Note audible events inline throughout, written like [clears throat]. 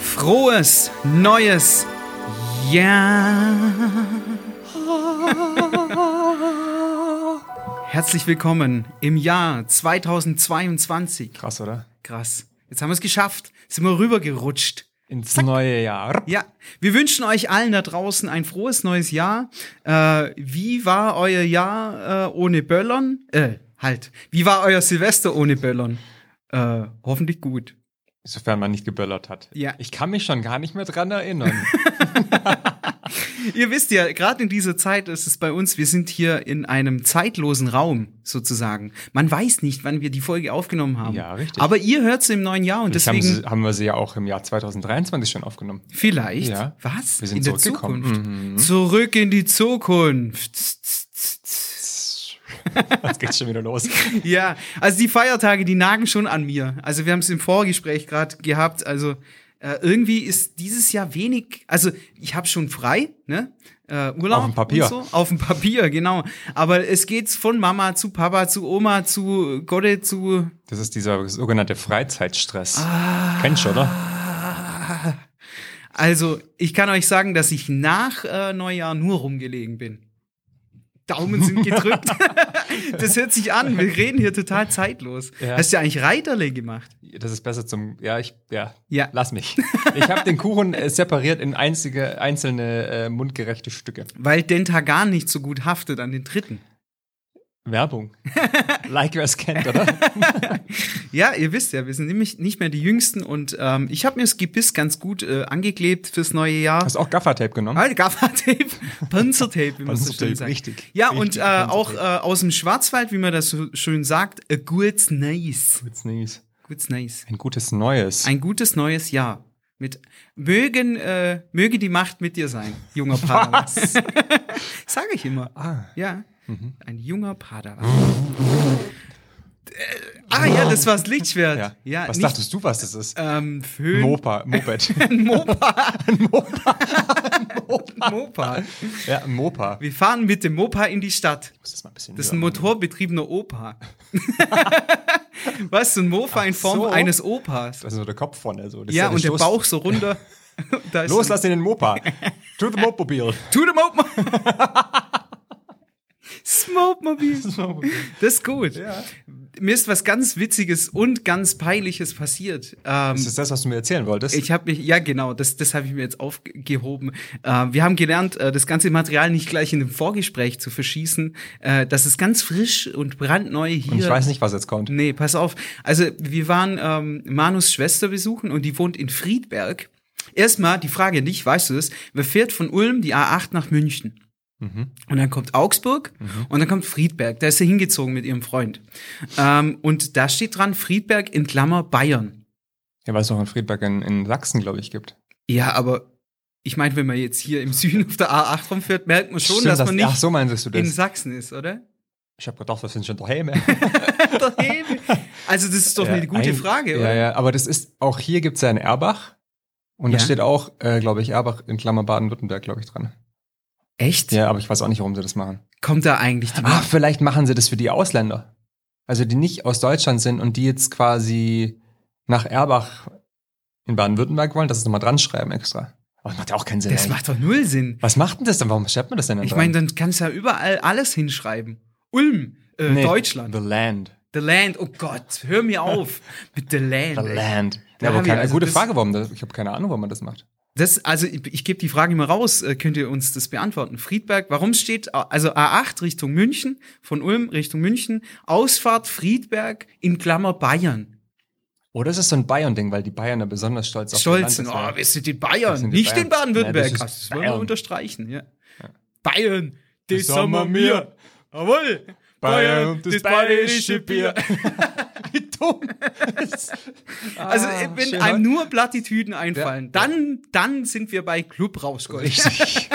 frohes neues Jahr. Herzlich willkommen im Jahr 2022. Krass, oder? Krass. Jetzt haben wir es geschafft. Sind wir rübergerutscht. Ins neue Jahr. Ja, wir wünschen euch allen da draußen ein frohes neues Jahr. Äh, wie war euer Jahr äh, ohne Böllern? Äh, halt. Wie war euer Silvester ohne Böllern? Äh, hoffentlich gut. Sofern man nicht geböllert hat. Ja. Ich kann mich schon gar nicht mehr [laughs] dran erinnern. Ihr wisst ja, gerade in dieser Zeit ist es bei uns, wir sind hier in einem zeitlosen Raum sozusagen. Man weiß nicht, wann wir die Folge aufgenommen haben. Ja, richtig. Aber ihr hört sie im neuen Jahr und Das haben, deswegen sie, haben wir sie ja auch im Jahr 2023 [laughs] schon aufgenommen. vielleicht. Ja. Was? Wir sind in der zurückgekommen. Mhm. Zukunft. Zurück in die Zukunft. Jetzt geht's schon wieder los. Ja, also die Feiertage, die nagen schon an mir. Also wir haben es im Vorgespräch gerade gehabt. Also äh, irgendwie ist dieses Jahr wenig. Also ich habe schon frei, ne? Äh, Urlaub Auf dem Papier. und so. Auf dem Papier, genau. Aber es geht von Mama zu Papa zu Oma zu Gotte zu. Das ist dieser sogenannte Freizeitstress. Ah. Kennst du, oder? Also ich kann euch sagen, dass ich nach äh, Neujahr nur rumgelegen bin. Daumen sind [laughs] gedrückt. [laughs] das hört sich an. Wir reden hier total zeitlos. Ja. Hast du eigentlich Reiterle gemacht? Das ist besser zum. Ja, ich. Ja. Ja. Lass mich. [laughs] Ich habe den Kuchen äh, separiert in einzige, einzelne äh, mundgerechte Stücke. Weil Dentagan nicht so gut haftet an den dritten. [laughs] Werbung. Like wer es kennt, oder? Ja, ihr wisst ja, wir sind nämlich nicht mehr die Jüngsten und ähm, ich habe mir das Gebiss ganz gut äh, angeklebt fürs neue Jahr. Hast auch Gaffertape genommen? Halt, Gaffertape, [laughs] Panzertape, wie man so schön Panzertape, sagt. richtig. Ja, Richtig, und äh, Panzertape. auch äh, aus dem Schwarzwald, wie man das so schön sagt, a good nice. Jetzt nichts. Good nice. Ein gutes Neues. Ein gutes neues Jahr. Mit, mögen, äh, möge die Macht mit dir sein, junger Padawan. [laughs] Sag ich immer. Ah. Ja. Ein junger Padawan. Äh, Ah ja, das war das Lichtschwert. Ja. Ja, was nicht, dachtest du, was das ist? Ähm, Föhn, Mopa, [laughs] Moped. ein Mopa. Ein Mopa. ja, ein Mopa. Wir fahren mit dem Mopa in die Stadt. muss das mal ein bisschen Das ist ein höher. motorbetriebener [laughs] Opa. was, so ein Mofa in Form so. eines Opas. Also der Kopf vorne. So. Das ist Ja, und der Stoß- Bauch so runter. [laughs] [laughs] Da ist Los, so- lass den in den Mopa. [laughs] To the Mopmobile. To the Mope. Smoke Mobil. [laughs] Das ist gut. Ja. Mir ist was ganz Witziges und ganz Peinliches passiert. Ähm, Das ist das, was du mir erzählen wolltest. ich habe mich, ja genau, das, das habe ich mir jetzt aufgehoben. Äh, wir haben gelernt, äh, das ganze Material nicht gleich in einem Vorgespräch zu verschießen. Äh, das ist ganz frisch und brandneu hier. und ich weiß nicht, was jetzt kommt. Nee, pass auf. Also, wir waren ähm, Manus Schwester besuchen und die wohnt in Friedberg. Erstmal die Frage an dich, weißt du das? Wer fährt von Ulm die A8 nach München? Mhm. Und dann kommt Augsburg und dann kommt Friedberg. Da ist sie hingezogen mit ihrem Freund. Ähm, und da steht dran Friedberg in Klammer Bayern. Ja, weil es noch in Friedberg in, in Sachsen, glaube ich, gibt. Ja, aber ich meine, wenn man jetzt hier im Süden auf der A8 rumfährt, merkt man schon, Stimmt, dass man nicht Ach, so meinst du in das. Sachsen ist, oder? [laughs] Ich habe gedacht, wir sind schon daheim. also, das ist doch eine Ja, gute ein- Frage, Ja, oder? ja, aber das ist, auch hier gibt es ja in Erbach. Und da Ja. steht auch, äh, glaube ich, Erbach in Klammer Baden-Württemberg, glaube ich, dran. Echt? Ja, aber ich weiß auch nicht, warum sie das machen. Kommt da eigentlich die Ah, vielleicht machen sie das für die Ausländer. Also die nicht aus Deutschland sind und die jetzt quasi nach Erbach in Baden-Württemberg wollen, dass sie nochmal dran schreiben extra. Aber das macht ja auch keinen Sinn. Das ey. macht doch null Sinn. Was macht denn das denn? Warum schreibt man das denn dann Ich dran? meine, dann kannst du ja überall alles hinschreiben. Ulm, äh, Nee, Deutschland, The Land. The Land. Oh Gott, hör [laughs] mir auf mit The Land. The ey. Land. Äh, Da Ja, aber haben wir keine, also gute das- Frage, warum das, ich habe keine Ahnung, warum man das macht. Das, also ich, ich gebe die Frage mal raus. Äh, könnt ihr uns das beantworten? Friedberg. Warum steht A- also A8 Richtung München von Ulm Richtung München Ausfahrt Friedberg in Klammer Bayern? Oder ist es so ein Bayern-Ding, weil die Bayern ja besonders stolz auf Stolz sind. sind. Oh, wir sind in Wir Bayern, sind in nicht Bayern. in Baden-Württemberg. Nein, das ist das wollen wir Bayern. unterstreichen. Ja. Bayern, das Das haben sind wir mir. Jawohl. Bayern, das bayerische Bier. [laughs] Wie dumm. [laughs] Also, Ah, wenn schön, einem ne? nur Plattitüden einfallen, Ja. dann, dann sind wir bei Club Rauschgold. Richtig.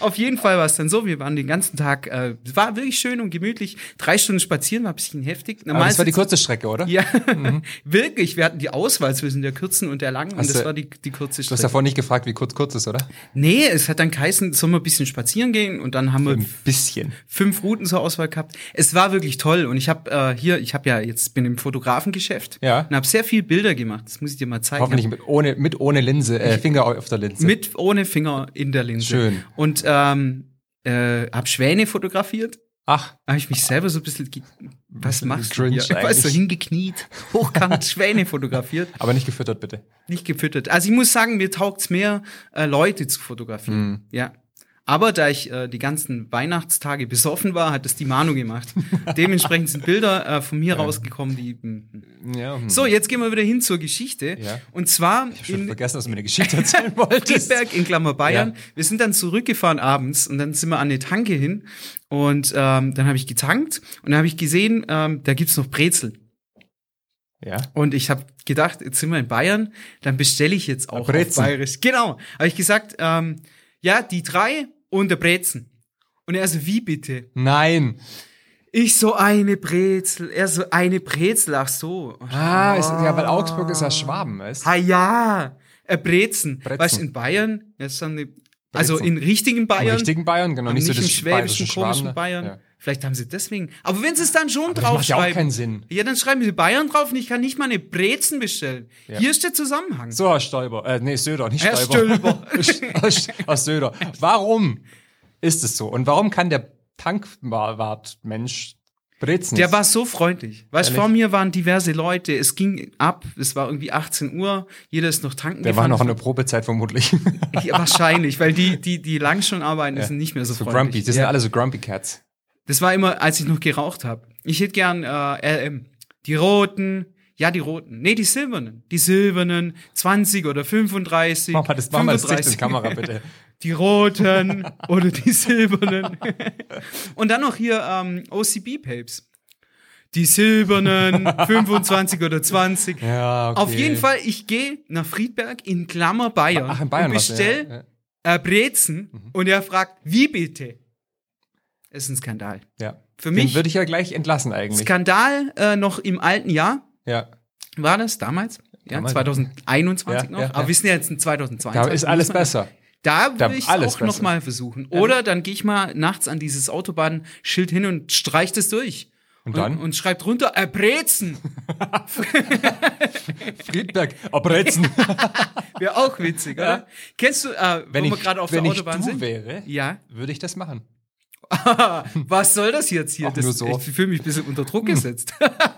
Auf jeden Fall war es dann so, wir waren den ganzen Tag, äh, war wirklich schön und gemütlich. Drei Stunden spazieren war ein bisschen heftig. Aber Normal das war die sitzt- kurze Strecke, oder? ja, [laughs] wirklich, wir hatten die Auswahl zwischen der kurzen und der langen und Hast das du- war die, die kurze Du Strecke. hast davor nicht gefragt, wie kurz kurz ist, oder? Nee, es hat dann geheißen, sollen wir ein bisschen spazieren gehen und dann haben wir Ein bisschen. fünf Routen zur Auswahl gehabt. Es war wirklich toll und ich habe äh, hier, ich habe ja jetzt bin im Fotografengeschäft Ja. und habe sehr viel Bilder gemacht. Das muss ich dir mal zeigen. Hoffentlich mit ohne, mit ohne Linse, äh, Finger auf der Linse. Mit ohne Finger in der Linse. Schön. Und ähm, äh, habe Schwäne fotografiert. Ach, Habe ich mich selber so ein bisschen, ge- was Bisschen machst cringe du hier? Weißt du, eigentlich. hingekniet, [laughs] hochkant, Schwäne fotografiert, aber nicht gefüttert, bitte. nicht gefüttert. Also ich muss sagen, mir taugt's mehr, äh, Leute zu fotografieren. Mhm. Ja. Aber da ich äh, die ganzen Weihnachtstage besoffen war, hat es die Manu [laughs] gemacht. Dementsprechend sind Bilder äh, von mir rausgekommen, die. mm, mm. Ja, hm. So, jetzt gehen wir wieder hin zur Geschichte. Ja. Und zwar Ich hab schon in vergessen, dass du mir eine [laughs] Geschichte erzählen wolltest. Friedberg in Klammer Bayern. Ja. Wir sind dann zurückgefahren abends und dann sind wir an eine Tanke hin und ähm, dann habe ich getankt und dann habe ich gesehen, ähm, da gibt's noch Brezel. Ja. Und ich habe gedacht, jetzt sind wir in Bayern, dann bestelle ich jetzt auch Brezen. auf Bayerisch. Genau, habe ich gesagt, ähm, ja, die drei und der Brezen. Und er so, wie bitte? Nein. Ich so, eine Brezel. Er so, eine Brezel, ach so. Ah, Es, ja, weil Augsburg ist ja Schwaben, weißt du? Ah ja, äh, Brezen. Brezen. Weißt du, in Bayern, das ist dann die, also Brezen. in richtigen Im Bayern, richtigen Bayern, genau. aber Nicht nicht so im das schwäbischen, bayerische Schwaben, komischen ne? Bayern. Ja. Vielleicht haben sie deswegen. Aber wenn sie es dann schon Das macht ja auch draufschreiben. keinen Sinn. ja, dann schreiben sie Bayern drauf und ich kann nicht mal eine Brezen bestellen. Hier ist der Zusammenhang. So, Herr Stoiber, äh, nee, Söder, nicht Herr Stoiber. Herr Stolber. [laughs] Herr Söder. Warum ist es so? Und warum kann der Tankwart-Mensch Brezen? Der war so freundlich. Weißt, Ehrlich? vor mir waren diverse Leute, es ging ab, es war irgendwie 18 Uhr, jeder ist noch tanken der war gefahren. noch in der Probezeit vermutlich. [laughs] Ja, wahrscheinlich, weil die, die, die lang schon arbeiten, sind nicht mehr so, so freundlich. grumpy. Das sind ja. alle so grumpy Cats. Das war immer, als ich noch geraucht habe. Ich hätte gern äh, RM. Die roten, ja, die roten. Nee, die silbernen. Die silbernen, 20 oder 35. Mach mal das, mach mal das Licht 35. in die Kamera, bitte. Die roten [laughs] oder die silbernen. [laughs] Und dann noch hier ähm, OCB-Papes. Die [laughs] silbernen, 25 oder 20. Ja, okay. Auf jeden Fall, ich gehe nach Friedberg in Klammer Bayern, Ach, in Bayern und warst du, bestell ja, Mhm. Äh, Brezen und er fragt, wie bitte? Ist ein Skandal. Ja. Für Den mich- würde ich ja gleich entlassen eigentlich. Skandal äh, noch im alten Jahr Ja. war das damals, ja, Damals. 2021 Ja, noch, ja, aber ja. wir sind ja jetzt in 2022. Da ist alles Also, muss man- besser. Da Da will ich alles auch besser. nochmal versuchen. Oder dann gehe ich mal nachts an dieses Autobahnschild hin und streich das durch. Und dann? Und, schreibt runter, äh, Brezen. Friedberg, [laughs] Brezen. Wäre auch [laughs] witzig, oder? Kennst du, äh, Wenn wo ich, wir gerade auf wenn der ich Autobahn du sind? wäre, Ja. würde ich [laughs] das machen. Was soll das jetzt hier? Ach, das, nur so. Hm. Ich fühle mich ein bisschen unter Druck gesetzt.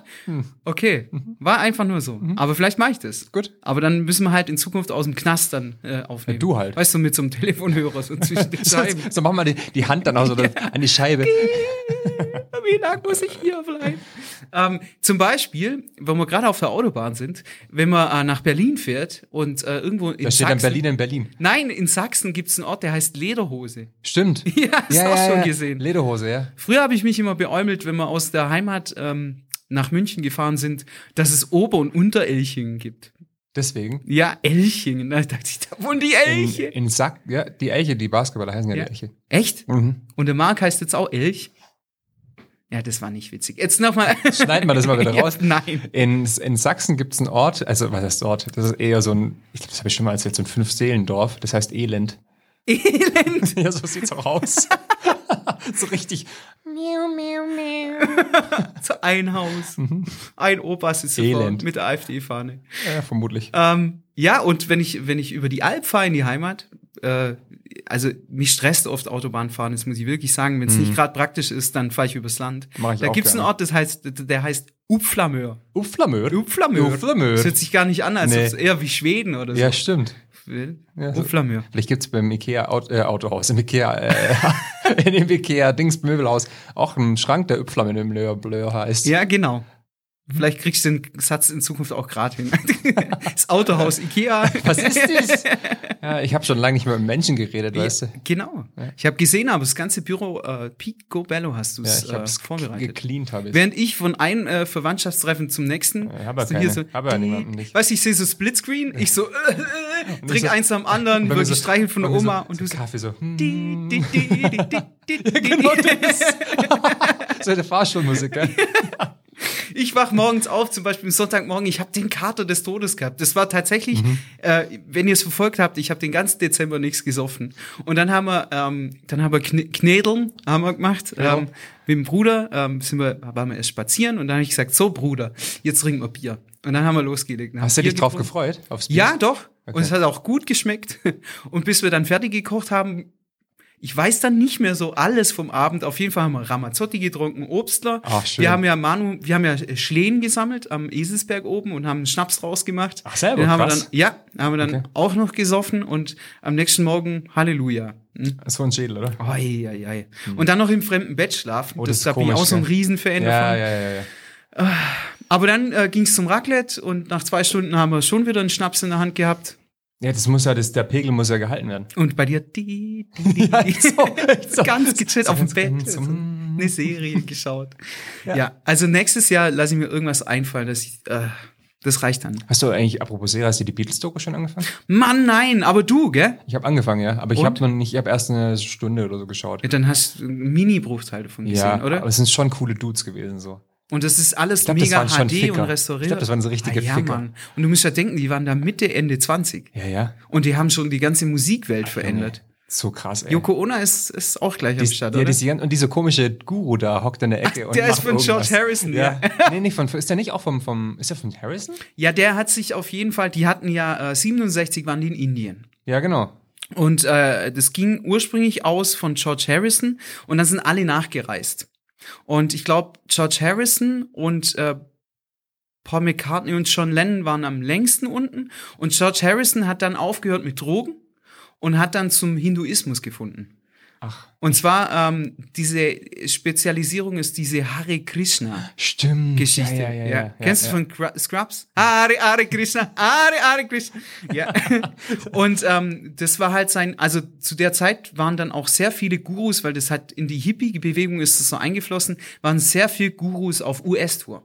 [laughs] okay, war einfach nur so. Aber vielleicht mache ich das. Mhm. Gut. Aber dann müssen wir halt in Zukunft aus dem Knast dann äh, aufnehmen. Ja, du halt. Weißt du, mit so einem Telefonhörer so zwischen [laughs] den So, Scheiben. so mach mal die, die Hand dann auch [laughs] so an die Scheibe. Wie lang muss ich hier bleiben? ähm, zum Beispiel, wenn wir gerade auf der Autobahn sind, wenn man äh, nach Berlin fährt und äh, irgendwo in Da steht dann Sachsen. Berlin in Berlin. Nein, in Sachsen gibt es einen Ort, der heißt Lederhose. [laughs] Stimmt. Ja, hast du auch schon gesehen. Lederhose, ja. Früher habe ich mich immer beäumelt, wenn wir aus der Heimat ähm, nach München gefahren sind, dass es Ober- und Unterelchingen gibt. Deswegen. Ja, Elchingen. Da dachte ich, da wohnen die In, Elche. in Sack, ja, die Elche, die Basketballer heißen ja, Ja. die Elche. Echt? Mhm. Und der Mark heißt jetzt auch Elch? Ja, das war nicht witzig. Jetzt nochmal. Schneiden wir das [laughs] mal wieder raus. Nein. In, in Sachsen gibt es einen Ort, also was heißt Ort? Das ist eher so ein, ich glaube, das habe ich schon mal erzählt, so ein Fünf-Seelendorf, das heißt Elend. [laughs] Elend. [laughs] Ja, so sieht's auch aus. [laughs] so richtig. Miau, miau, miau. So ein Haus. Ein Opa sitzt vor Mhm. Elend. mit der AfD-Fahne. Ja, vermutlich. Ähm, ja, und wenn ich, wenn ich über die Alp fahre in die Heimat, äh, also mich stresst oft Autobahnfahren, das muss ich wirklich sagen. Wenn es nicht gerade praktisch ist, dann fahre ich übers Land. Mhm. Mach ich da auch gibt's einen gerne. Ort, das heißt, der heißt Upflamör. Uflamör. Upflamör. Upflamör. Das hört sich gar nicht an, als Nee. ob's eher wie Schweden oder so. Ja, stimmt. Ja, Ja, so- Upflamör. Vielleicht gibt's beim Ikea Aut äh, Autohaus, im Ikea, äh, [laughs] in dem Ikea Dings Möbelhaus auch einen Schrank, der Üpflamme im Blöhr, Blöhr heißt. Ja, genau. Mhm. Vielleicht kriegst du den Satz in Zukunft auch gerade hin. [laughs] das Autohaus Ikea. Was ist das? ja, ich habe schon lange nicht mehr mit Menschen geredet, weißt du. Ja, genau. Ich habe gesehen, aber das ganze Büro äh, Pico Bello hast du Ja, es ich habe äh, es vorbereitet. gecleant, habe ich. Während ich von einem äh, Verwandtschaftstreffen zum nächsten, Ja, hab ja hast du keine. Hab ja niemanden, nicht. weißt du, ich sehe so [laughs] Splitscreen, ich so, äh, äh, trink so- eins am anderen, Bei mir wirklich streichel von bei der mir Oma so, und so du so, Kaffee so. Hm, di, [laughs] di, di, di, di, di, di, di. [laughs] [laughs] genau das. so eine Fahrstuhlmusik, gell? Ich wach morgens auf, zum Beispiel am Sonntagmorgen, ich habe den Kater des Todes gehabt. Das war tatsächlich, Mhm. äh, wenn ihr es verfolgt habt, ich habe den ganzen Dezember nichts gesoffen. Und dann haben wir, ähm, dann haben wir Kn Knedeln haben wir gemacht. Ja. Ähm, mit dem Bruder ähm, sind wir, waren wir erst spazieren und dann habe ich gesagt, so Bruder, jetzt trinken wir Bier. Und dann haben wir losgelegt. Dann haben Hast du Bier dich drauf getrunken. gefreut? Aufs Bier? Ja, doch. Okay. Und es hat auch gut geschmeckt. [laughs] Und bis wir dann fertig gekocht haben, ich weiß dann nicht mehr so alles vom Abend. Auf jeden Fall haben wir Ramazzotti getrunken, Obstler. Ach, schön. Wir haben ja Manu, wir haben ja äh, Schlehen gesammelt am Eselsberg oben und haben einen Schnaps rausgemacht. Ach, selber? Den haben wir Krass. dann, ja, haben wir dann Okay. auch noch gesoffen und am nächsten Morgen Halleluja. Hm. Das war ein Schädel, oder? Ei, ei, ei. Und dann noch im fremden Bett schlafen. Hm. Oh, das das ist da bin ich komisch, auch so ein ja. Riesenfan davon. Ja, ja, ja, ja. Aber dann äh, ging es zum Raclette und nach zwei Stunden haben wir schon wieder einen Schnaps in der Hand gehabt. Ja, das muss ja, das, der Pegel muss ja [laughs] gehalten werden. Und bei dir die, die, die, die. so. ganz gechillt auf dem ganz Bett ganz- also, mm. eine Serie geschaut. Ja. Ja. also nächstes Jahr lasse ich mir irgendwas einfallen, dass ich, äh, das reicht dann. Hast du eigentlich, apropos Serie, hast du die Beatles-Doku schon angefangen? Mann, nein, aber du, gell? Ich habe angefangen, ja. Aber ich Und? habe noch nicht, ich habe erst eine Stunde oder so geschaut. Ja, dann hast du Mini-Bruchteile von gesehen, Ja, oder? aber es sind schon coole Dudes gewesen, so. Und das ist alles glaub, das mega waren schon HD und Ficker. restauriert. Ah, Ich glaub, das waren so richtige ja, Ficker. Mann. Und du musst ja denken, die waren da Mitte, Ende 20. Ja, ja. Und die haben schon die ganze Musikwelt verändert. So krass, ey. Yoko Ono ist, ist auch gleich am Die- Start, ja, oder? diese, gan- und dieser komische Guru da hockt in der Ecke. Ach, und der macht ist von George irgendwas. Harrison, ja. nee, nicht von, ist der nicht auch vom, vom, ist der von Harrison? Ja, der hat sich auf jeden Fall, die hatten ja, äh, 67 waren die in Indien. Ja, genau. Und äh, das ging ursprünglich aus von George Harrison und dann sind alle nachgereist. Und ich glaube, George Harrison und äh, Paul McCartney und John Lennon waren am längsten unten. Und George Harrison hat dann aufgehört mit Drogen und hat dann zum Hinduismus gefunden. Ach. Und zwar ähm, diese Spezialisierung ist diese Hare Krishna. Stimmt. Geschichte. Ja, ja, ja, ja, ja, Kennst ja. du von Gra- Scrubs? Hare, Hare Krishna, Hare, Hare Krishna. [laughs] Ja. Und ähm, das war halt sein, also zu der Zeit waren dann auch sehr viele Gurus, weil das hat in die Hippie-Bewegung ist das so eingeflossen, waren sehr viele Gurus auf US-Tour.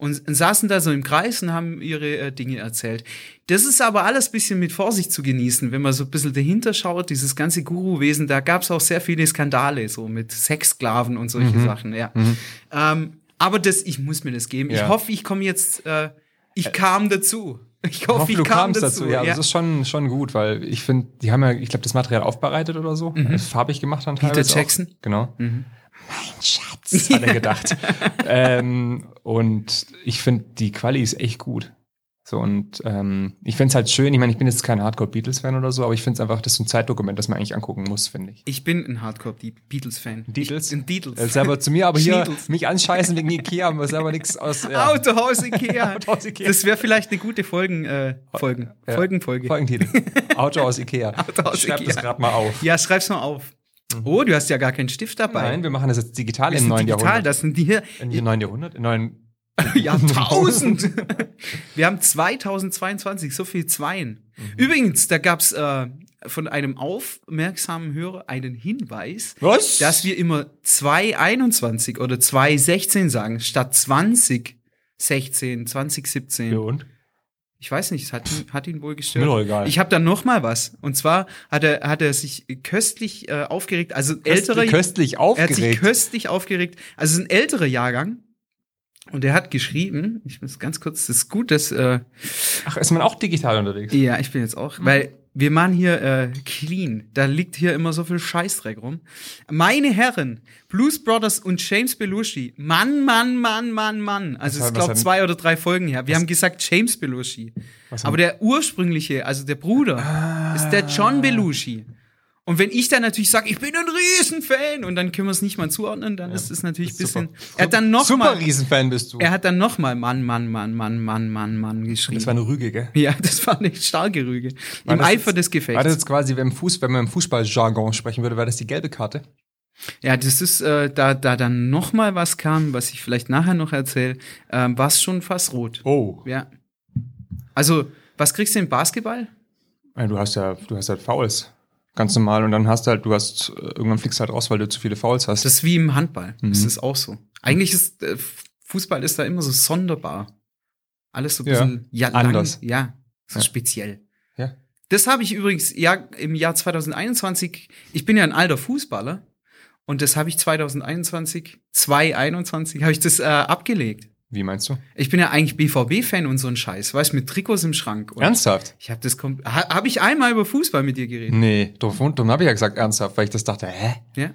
Und saßen da so im Kreis und haben ihre äh, Dinge erzählt. Das ist aber alles bisschen mit Vorsicht zu genießen, wenn man so ein bisschen dahinter schaut, dieses ganze Guru-Wesen, da gab's auch sehr viele Skandale, so mit Sexsklaven und solche Mhm. Sachen, ja. Ähm, aber das, ich muss mir das geben. Ja. Ich hoffe, ich komme jetzt, äh, ich kam dazu. Ich Ich hoffe, hoffe, ich du kam kamst dazu. dazu. Ja, das ist schon, schon gut, weil ich finde, die haben ja, ich glaube, das Material aufbereitet oder so, äh, farbig gemacht haben Mhm. Peter teilweise auch. Jackson. Mhm. Genau. Mein Schatz, hat [laughs] er gedacht. ähm, und ich finde, die Quali ist echt gut. So, und ähm, ich finde es halt schön, ich meine, ich bin jetzt kein Hardcore-Beatles-Fan oder so, aber ich finde es einfach, das ist ein Zeitdokument, das man eigentlich angucken muss, finde ich. Ich bin ein Hardcore-Beatles-Fan. Beatles? Ich- Ein Beatles. [laughs] Äh, selber zu mir, aber hier Schniedels. mich anscheißen wegen Ikea, haben wir selber nichts aus. Ja. Autohaus Ikea. [laughs] Autohaus Ikea. Das wäre vielleicht eine gute Folgen, äh, Folgen, Ja. Folgenfolge. Folgentitel. [laughs] Auto aus Ikea. Auto aus Schreib das Ikea. gerade mal auf. Ja, schreib's mal auf. Oh, du hast ja gar keinen Stift dabei. Mhm. Nein, wir machen das jetzt digital das im ist neuen digital, Jahrhundert. das sind die hier. Im neuen Jahrhundert? Im neuen. Ja, [laughs] tausend. [laughs] wir haben 2022, so viel Zweien. Übrigens, da gab's äh, von einem aufmerksamen Hörer einen Hinweis, Was? dass wir immer 221 oder 216 sagen, statt 20. 16, 2017. Ja, und? Ich weiß nicht, es hat, ihn- hat ihn wohl gestört. Mir doch egal. Ich habe dann noch mal was. Und zwar hat er, hat er sich köstlich äh, aufgeregt, also ältere, Köstlich, köstlich er hat sich aufgeregt. köstlich aufgeregt. Also es ist ein älterer Jahrgang. Und er hat geschrieben, ich muss ganz kurz, das ist gut, dass, äh, Ach, ist man auch digital unterwegs? ja, ich bin jetzt auch, weil wir machen hier äh, clean. Da liegt hier immer so viel Scheißdreck rum. Meine Herren, Blues Brothers und James Belushi. Mann, Mann, Mann, Mann, Mann. Also es Was hat- was glaube hat- zwei oder drei Folgen her. Wir haben gesagt James Belushi. Was Aber der ursprüngliche, also der Bruder, Ah. ist der John Belushi. Und wenn ich dann natürlich sage, ich bin ein Riesenfan und dann können wir es nicht mal zuordnen, dann ist es natürlich ein Das ist bisschen. Super. Er hat dann noch Super mal, Riesenfan bist du. er hat dann noch mal Mann, Mann, Mann, Mann, Mann, Mann, Mann geschrieben. das war eine Rüge, gell? [laughs] ja, das war eine starke Rüge. War Im das Eifer des jetzt- War das Gefechts. jetzt quasi, wenn, im Fuß, wenn man im Fußballjargon sprechen würde, wäre das die gelbe Karte? Ja, das ist, äh, da, da dann noch mal was kam, was ich vielleicht nachher noch erzähle, ähm, war es schon fast rot. Oh. Ja. Also, was kriegst du im Basketball? Ja, du hast ja, du hast halt Fouls. Ganz normal. Und dann hast du halt, du hast, äh, irgendwann fliegst du halt raus, weil du zu viele Fouls hast. Das ist wie im Handball. Mhm. Das ist auch so. Eigentlich ist äh, Fußball ist da immer so sonderbar. Alles so ein Ja. bisschen ja, Anders. Lang, ja, so Ja. speziell. Ja. Das habe ich übrigens ja im Jahr 2021, ich bin ja ein alter Fußballer und das habe ich 2021, 2021 habe ich das äh, abgelegt. Wie meinst du? Ich bin ja eigentlich BVB-Fan und so ein Scheiß, weißt mit Trikots im Schrank. Und Ernsthaft? Ich habe das kom- ha, hab ich einmal über Fußball mit dir geredet. Nee, doof und dumm habe ich ja gesagt ernsthaft, weil ich das dachte, hä? Ja?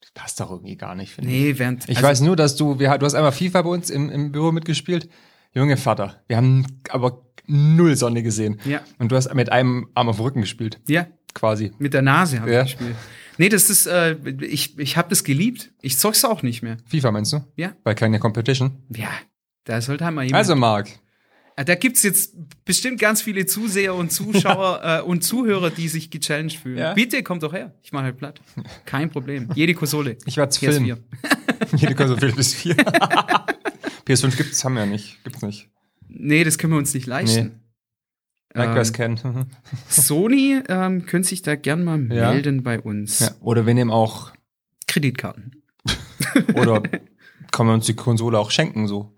Das passt doch irgendwie gar nicht, finde ich. Nee, während Hm. Ich also, weiß nur, dass du, wir, du hast einmal FIFA bei uns im, im Büro mitgespielt. Junge Vater, wir haben aber null Sonne gesehen. Ja. Und du hast mit einem Arm auf dem Rücken gespielt, ja, quasi. mit der Nase habe Ja. ich gespielt. Nee, das ist äh, ich ich habe das geliebt. Ich zock's auch nicht mehr. FIFA meinst du? Ja. Weil keine Competition. Ja, da sollte halt mal jemand Ah, Also Marc, Da gibt's jetzt bestimmt ganz viele Zuseher und [laughs] Zuschauer äh, und Zuhörer, die sich gechallenged fühlen. Ja. Bitte kommt doch her. Ich mache halt platt. Kein Problem. Jede Konsole. ich werd's PS4. filmen. [laughs] Jede Kurs so viel bis vier. [laughs] PS5 gibt's, haben wir ja nicht. Gibt's nicht. Nee, das können wir uns nicht leisten. Like, Mhm. Ähm, wer's kennt. Sony ähm, könnte sich da gern mal Ja. melden bei uns. ja. Oder wir nehmen auch, Kreditkarten. [laughs] oder kann man uns die Konsole auch schenken, so,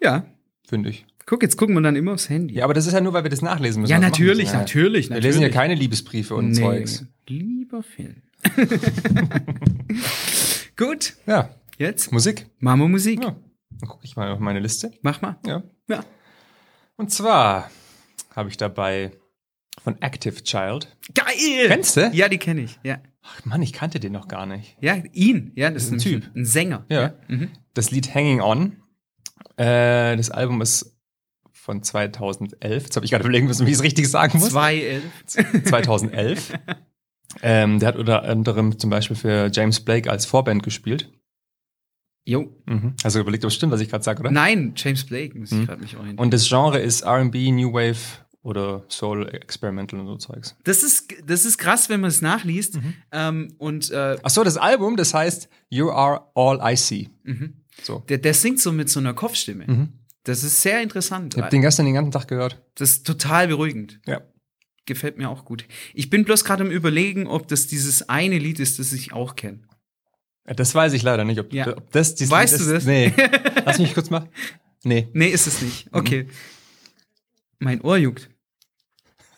Ja. finde ich. Guck, jetzt gucken wir dann immer aufs Handy. Ja, aber das ist ja nur, weil wir das nachlesen müssen. Ja, Das machen wir natürlich, nicht. Ja, ja. natürlich, Wir lesen ja natürlich. keine Liebesbriefe und Zeugs. Lieber Film. [laughs] Gut, Ja, jetzt Musik. machen wir Musik. Ja. Dann gucke ich mal auf meine Liste. Mach mal. Ja. Ja. Und zwar habe ich dabei von Active Child. Geil! Kennst du? Ja, die kenne ich. Ja. Ach Mann, ich kannte den noch gar nicht. Ja, ihn. Ja, das ist ein ein Typ. Typ. Ein Sänger. Ja. Mhm. Das Lied Hanging On. Äh, das Album ist von 2011. Jetzt habe ich gerade überlegen müssen, wie ich es richtig sagen muss. Zwei elf. [laughs] 2011. ähm, der hat unter anderem zum Beispiel für James Blake als Vorband gespielt. Jo. Mhm. Also überlegt, ob es stimmt, was ich gerade sage, oder? Mhm. Nein, James Blake muss ich gerade mich orientieren. Und das Genre ist R&B, New Wave oder Soul, Experimental und so Zeugs. Das ist, das ist krass, wenn man es nachliest. Mhm. Ähm, und äh, Ach so, das Album, das heißt You Are All I See. So. mhm. der, der singt so mit so einer Kopfstimme. Das ist sehr interessant. Mhm. Ich habe den gestern den ganzen Tag gehört. Das ist total beruhigend. Ja. Gefällt mir auch gut. Ich bin bloß gerade am Überlegen, ob das dieses eine Lied ist, das ich auch kenne. Äh, Das weiß ich leider nicht, ob, Ja. ob das dieses Weißt Lied du ist. das? [laughs] Nee. Lass mich kurz mal. Nee. Nee, ist es nicht. Mhm. Okay. Mein Ohr juckt.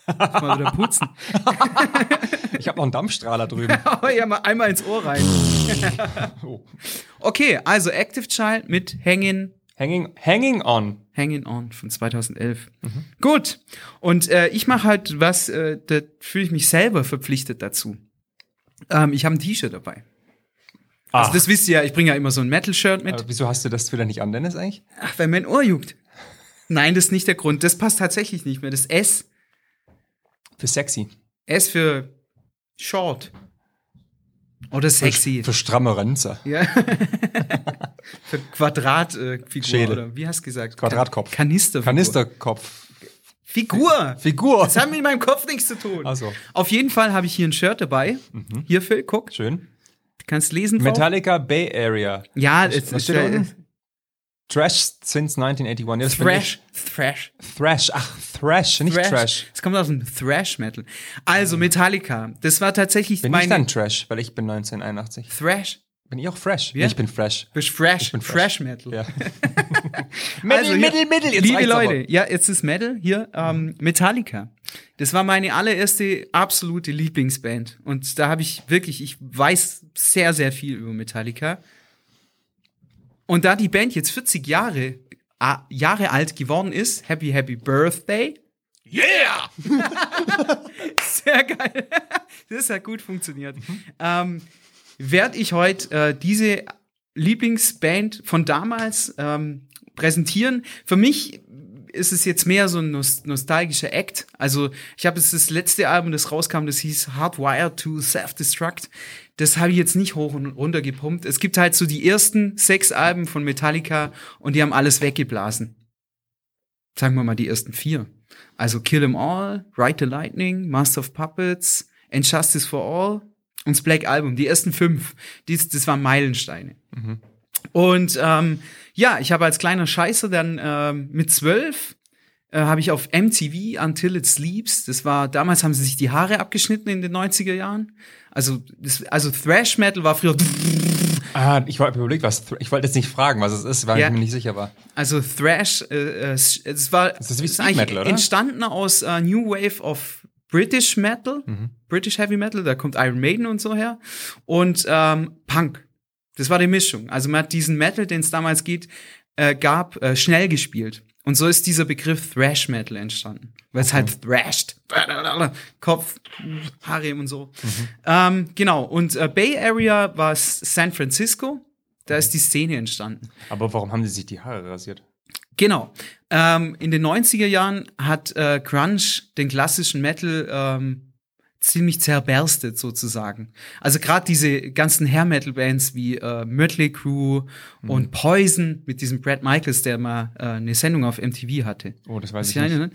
Ich muss mal wieder putzen. [laughs] Ich habe noch einen Dampfstrahler drüben. Aber ja, mal einmal ins Ohr rein. [laughs] Oh. Okay, also Active Child mit Hangin, Hanging, hanging on. Hangin On von 2011. Mhm. Gut. Und äh, ich mache halt was, äh, da fühle ich mich selber verpflichtet dazu. Ähm, ich habe ein T-Shirt dabei. Ach, Also das wisst ihr ja, ich bringe ja immer so ein Metal-Shirt mit. Ah. aber wieso hast du das wieder nicht an, Dennis, eigentlich? Ach, weil mein Ohr juckt. Nein, das ist nicht der Grund. Das passt tatsächlich nicht mehr. Das S, Für sexy. S für short. Oder sexy. Für, für stramme Ränze. Ja. für Quadratfigur. Äh, Figur, Schädel. oder wie hast du gesagt? Quadratkopf. Kan Kanister. Kanisterkopf. Figur. Figur. Also, Das hat mit meinem Kopf nichts zu tun. Ach so. Auf jeden Fall habe ich hier ein Shirt dabei. Mhm. Hier, Phil, guck. Du Schön. kannst lesen. drauf. Metallica Bay Area. Ja, Was- es was ist steht da äh, unten? Trash since 1981. Ja, das bin Thrash. Thrash. ich. Thrash. Ach, Thrash, nicht Trash. Es kommt aus dem Thrash-Metal. Also Metallica. Das war tatsächlich Bin meine ich dann Trash, weil ich bin 1981. Thrash. Bin ich auch Fresh? Nee, ich bin Fresh. Bist Fresh. bin fresh. Fresh Metal. Ja. Also hier- liebe reicht's Leute, ja, jetzt ist Metal hier ähm, Metallica. Das war meine allererste absolute Lieblingsband und da habe ich wirklich, ich weiß sehr sehr viel über Metallica. Und da die Band jetzt 40 Jahre a- Jahre alt geworden ist, Happy Happy Birthday. Yeah! [laughs] sehr geil. [laughs] Das hat gut funktioniert. Ähm, werde ich heute äh, diese Lieblingsband von damals ähm, präsentieren. Für mich ist es jetzt mehr so ein nos nostalgischer Act. Also ich habe jetzt das letzte Album, das rauskam, das hieß Hardwired to Self-Destruct. Das habe ich jetzt nicht hoch und runter gepumpt. Es gibt halt so die ersten sechs Alben von Metallica und die haben alles weggeblasen. Sagen wir mal die ersten vier. Also Kill 'Em All, Ride the Lightning, Master of Puppets, And Justice for All und das Black Album. Die ersten fünf. Dies, das waren Meilensteine. Und ähm, ja, ich habe als kleiner Scheiße dann ähm, mit zwölf äh, habe ich auf MTV Until It Sleeps, das war, damals haben sie sich die Haare abgeschnitten in den 90er Jahren. Also, das, also Thrash Metal war früher, Ah, ich wollte überlegt, was. Thr- Ich wollte jetzt nicht fragen, was es ist, weil Ja. ich mir nicht sicher war. also Thrash, äh, äh, es war, Das ist wie Speed eigentlich Metal, oder? entstanden aus äh, New Wave of British Metal, Mhm. British Heavy Metal, da kommt Iron Maiden und so her, und ähm, Punk. Das war die Mischung. Also man hat diesen Metal, den es damals geht, äh, gab, äh, schnell gespielt. Und so ist dieser Begriff Thrash Metal entstanden. Weil es halt thrashed. Kopf, Harem und so. Mhm. Ähm, genau. Und äh, Bay Area war S- San Francisco. Mhm. Da ist die Szene entstanden. Aber warum haben sie sich die Haare rasiert? Genau. Ähm, in den 90er Jahren hat äh, Grunge den klassischen Metal ähm, ziemlich zerberstet sozusagen. Also gerade diese ganzen Hair Metal Bands wie äh, Mötley Crew und Poison mit diesem Brad Michaels, der mal äh, eine Sendung auf MTV hatte. Oh, das weiß Sich ich nicht. erinnern?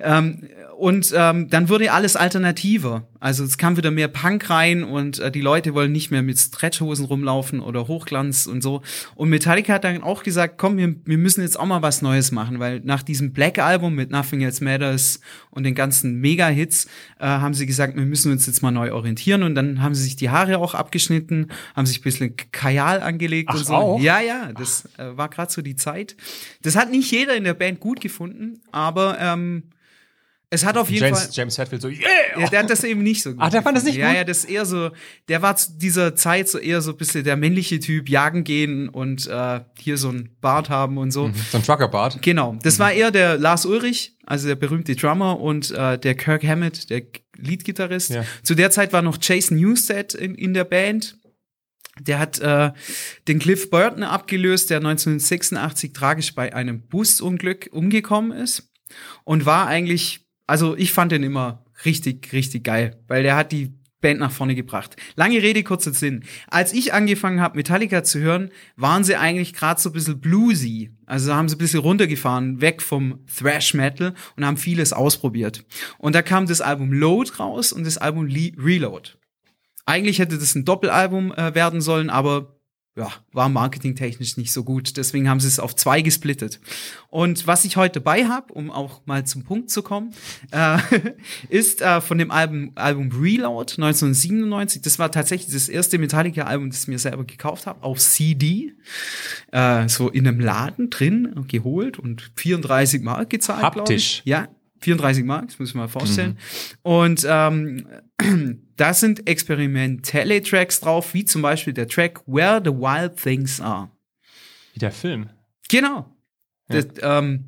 Ähm, und ähm, dann wurde alles alternativer. Also es kam wieder mehr Punk rein und äh, die Leute wollen nicht mehr mit Stretchhosen rumlaufen oder Hochglanz und so. Und Metallica hat dann auch gesagt, komm, wir, wir müssen jetzt auch mal was Neues machen, weil nach diesem Black Album mit Nothing Else Matters und den ganzen Mega-Hits äh, haben sie gesagt, wir müssen uns jetzt mal neu orientieren. Und dann haben sie sich die Haare auch abgeschnitten, haben sich ein bisschen Kajal angelegt Ach, und so. auch? Ja, ja, ja, das äh, war gerade so die Zeit. Das hat nicht jeder in der Band gut gefunden, aber ähm, es hat auf jeden James, Fall. James Hetfield so, yeah! Ja, der hat das eben nicht so gut. Ach, der fand das gefunden. nicht Ja, gut? ja, das ist eher so, der war zu dieser Zeit so eher so ein bisschen der männliche Typ, jagen gehen und äh, hier so einen Bart haben und so. So ein Truckerbart. Genau, das war eher der Lars Ulrich, also der berühmte Drummer und äh, der Kirk Hammett, der G- Leadgitarrist. Ja. Zu der Zeit war noch Jason Newsted in, in der Band. Der hat äh, den Cliff Burton abgelöst, der 1986 tragisch bei einem Busunglück umgekommen ist und war eigentlich, also ich fand den immer richtig, richtig geil, weil der hat die Band nach vorne gebracht. Lange Rede, kurzer Sinn. Als ich angefangen habe, Metallica zu hören, waren sie eigentlich gerade so ein bisschen bluesy. Also haben sie ein bisschen runtergefahren, weg vom Thrash Metal und haben vieles ausprobiert. Und da kam das Album Load raus und das Album Le Reload. Eigentlich hätte das ein Doppelalbum äh, werden sollen, aber ja, war marketingtechnisch nicht so gut. Deswegen haben sie es auf zwei gesplittet. Und was ich heute dabei habe, um auch mal zum Punkt zu kommen, äh, [laughs] ist äh, von dem Album, Album Reload 1997. Das war tatsächlich das erste Metallica-Album, das ich mir selber gekauft habe, auf CD. Äh, so in einem Laden drin, geholt und 34 Mark gezahlt. glaub Haptisch. Ich. Ja, 34 Mark, das muss ich mir mal vorstellen. Und ähm, [clears throat] da sind experimentelle Tracks drauf, wie zum Beispiel der Track Where the Wild Things Are. Wie der Film. Genau. Ja. Das, ähm,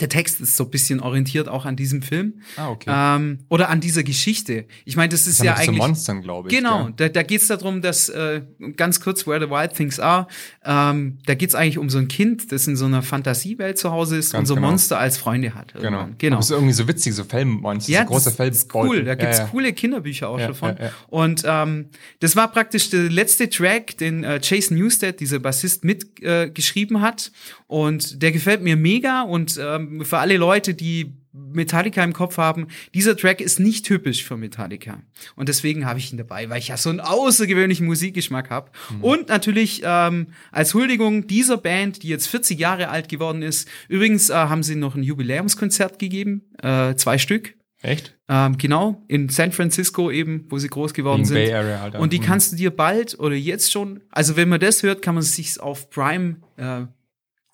der Text ist so ein bisschen orientiert auch an diesem Film Ah, okay. ähm, oder an dieser Geschichte. Ich meine, das ist ja zu eigentlich. Monstern, glaube ich. Genau, gell? da, da geht es darum, dass, äh, ganz kurz, Where the Wild Things Are, ähm, da geht es eigentlich um so ein Kind, das in so einer Fantasiewelt zu Hause ist und Ganz so genau. Monster als Freunde hat. Genau. irgendwann. genau. Aber es ist irgendwie so witzig, so Fellmonster, so große das ist Fellbeutel. cool. Da gibt's ja, ja. coole Kinderbücher auch Ja, davon. ja, ja. Und ähm, das war praktisch der letzte Track, den äh, Jason Newsted, dieser Bassist, mitgeschrieben äh, geschrieben hat. Und der gefällt mir mega. Und ähm, für alle Leute, die Metallica im Kopf haben, dieser Track ist nicht typisch für Metallica. Und deswegen habe ich ihn dabei, weil ich ja so einen außergewöhnlichen Musikgeschmack habe. Mhm. Und natürlich ähm, als Huldigung dieser Band, die jetzt 40 Jahre alt geworden ist. Übrigens äh, haben sie noch ein Jubiläumskonzert gegeben, äh, zwei Stück. Echt? Ähm, genau, in San Francisco eben, wo sie groß geworden In sind. Bay Area halt, ja. Und die Mhm. kannst du dir bald oder jetzt schon, also wenn man das hört, kann man es sich auf Prime, äh,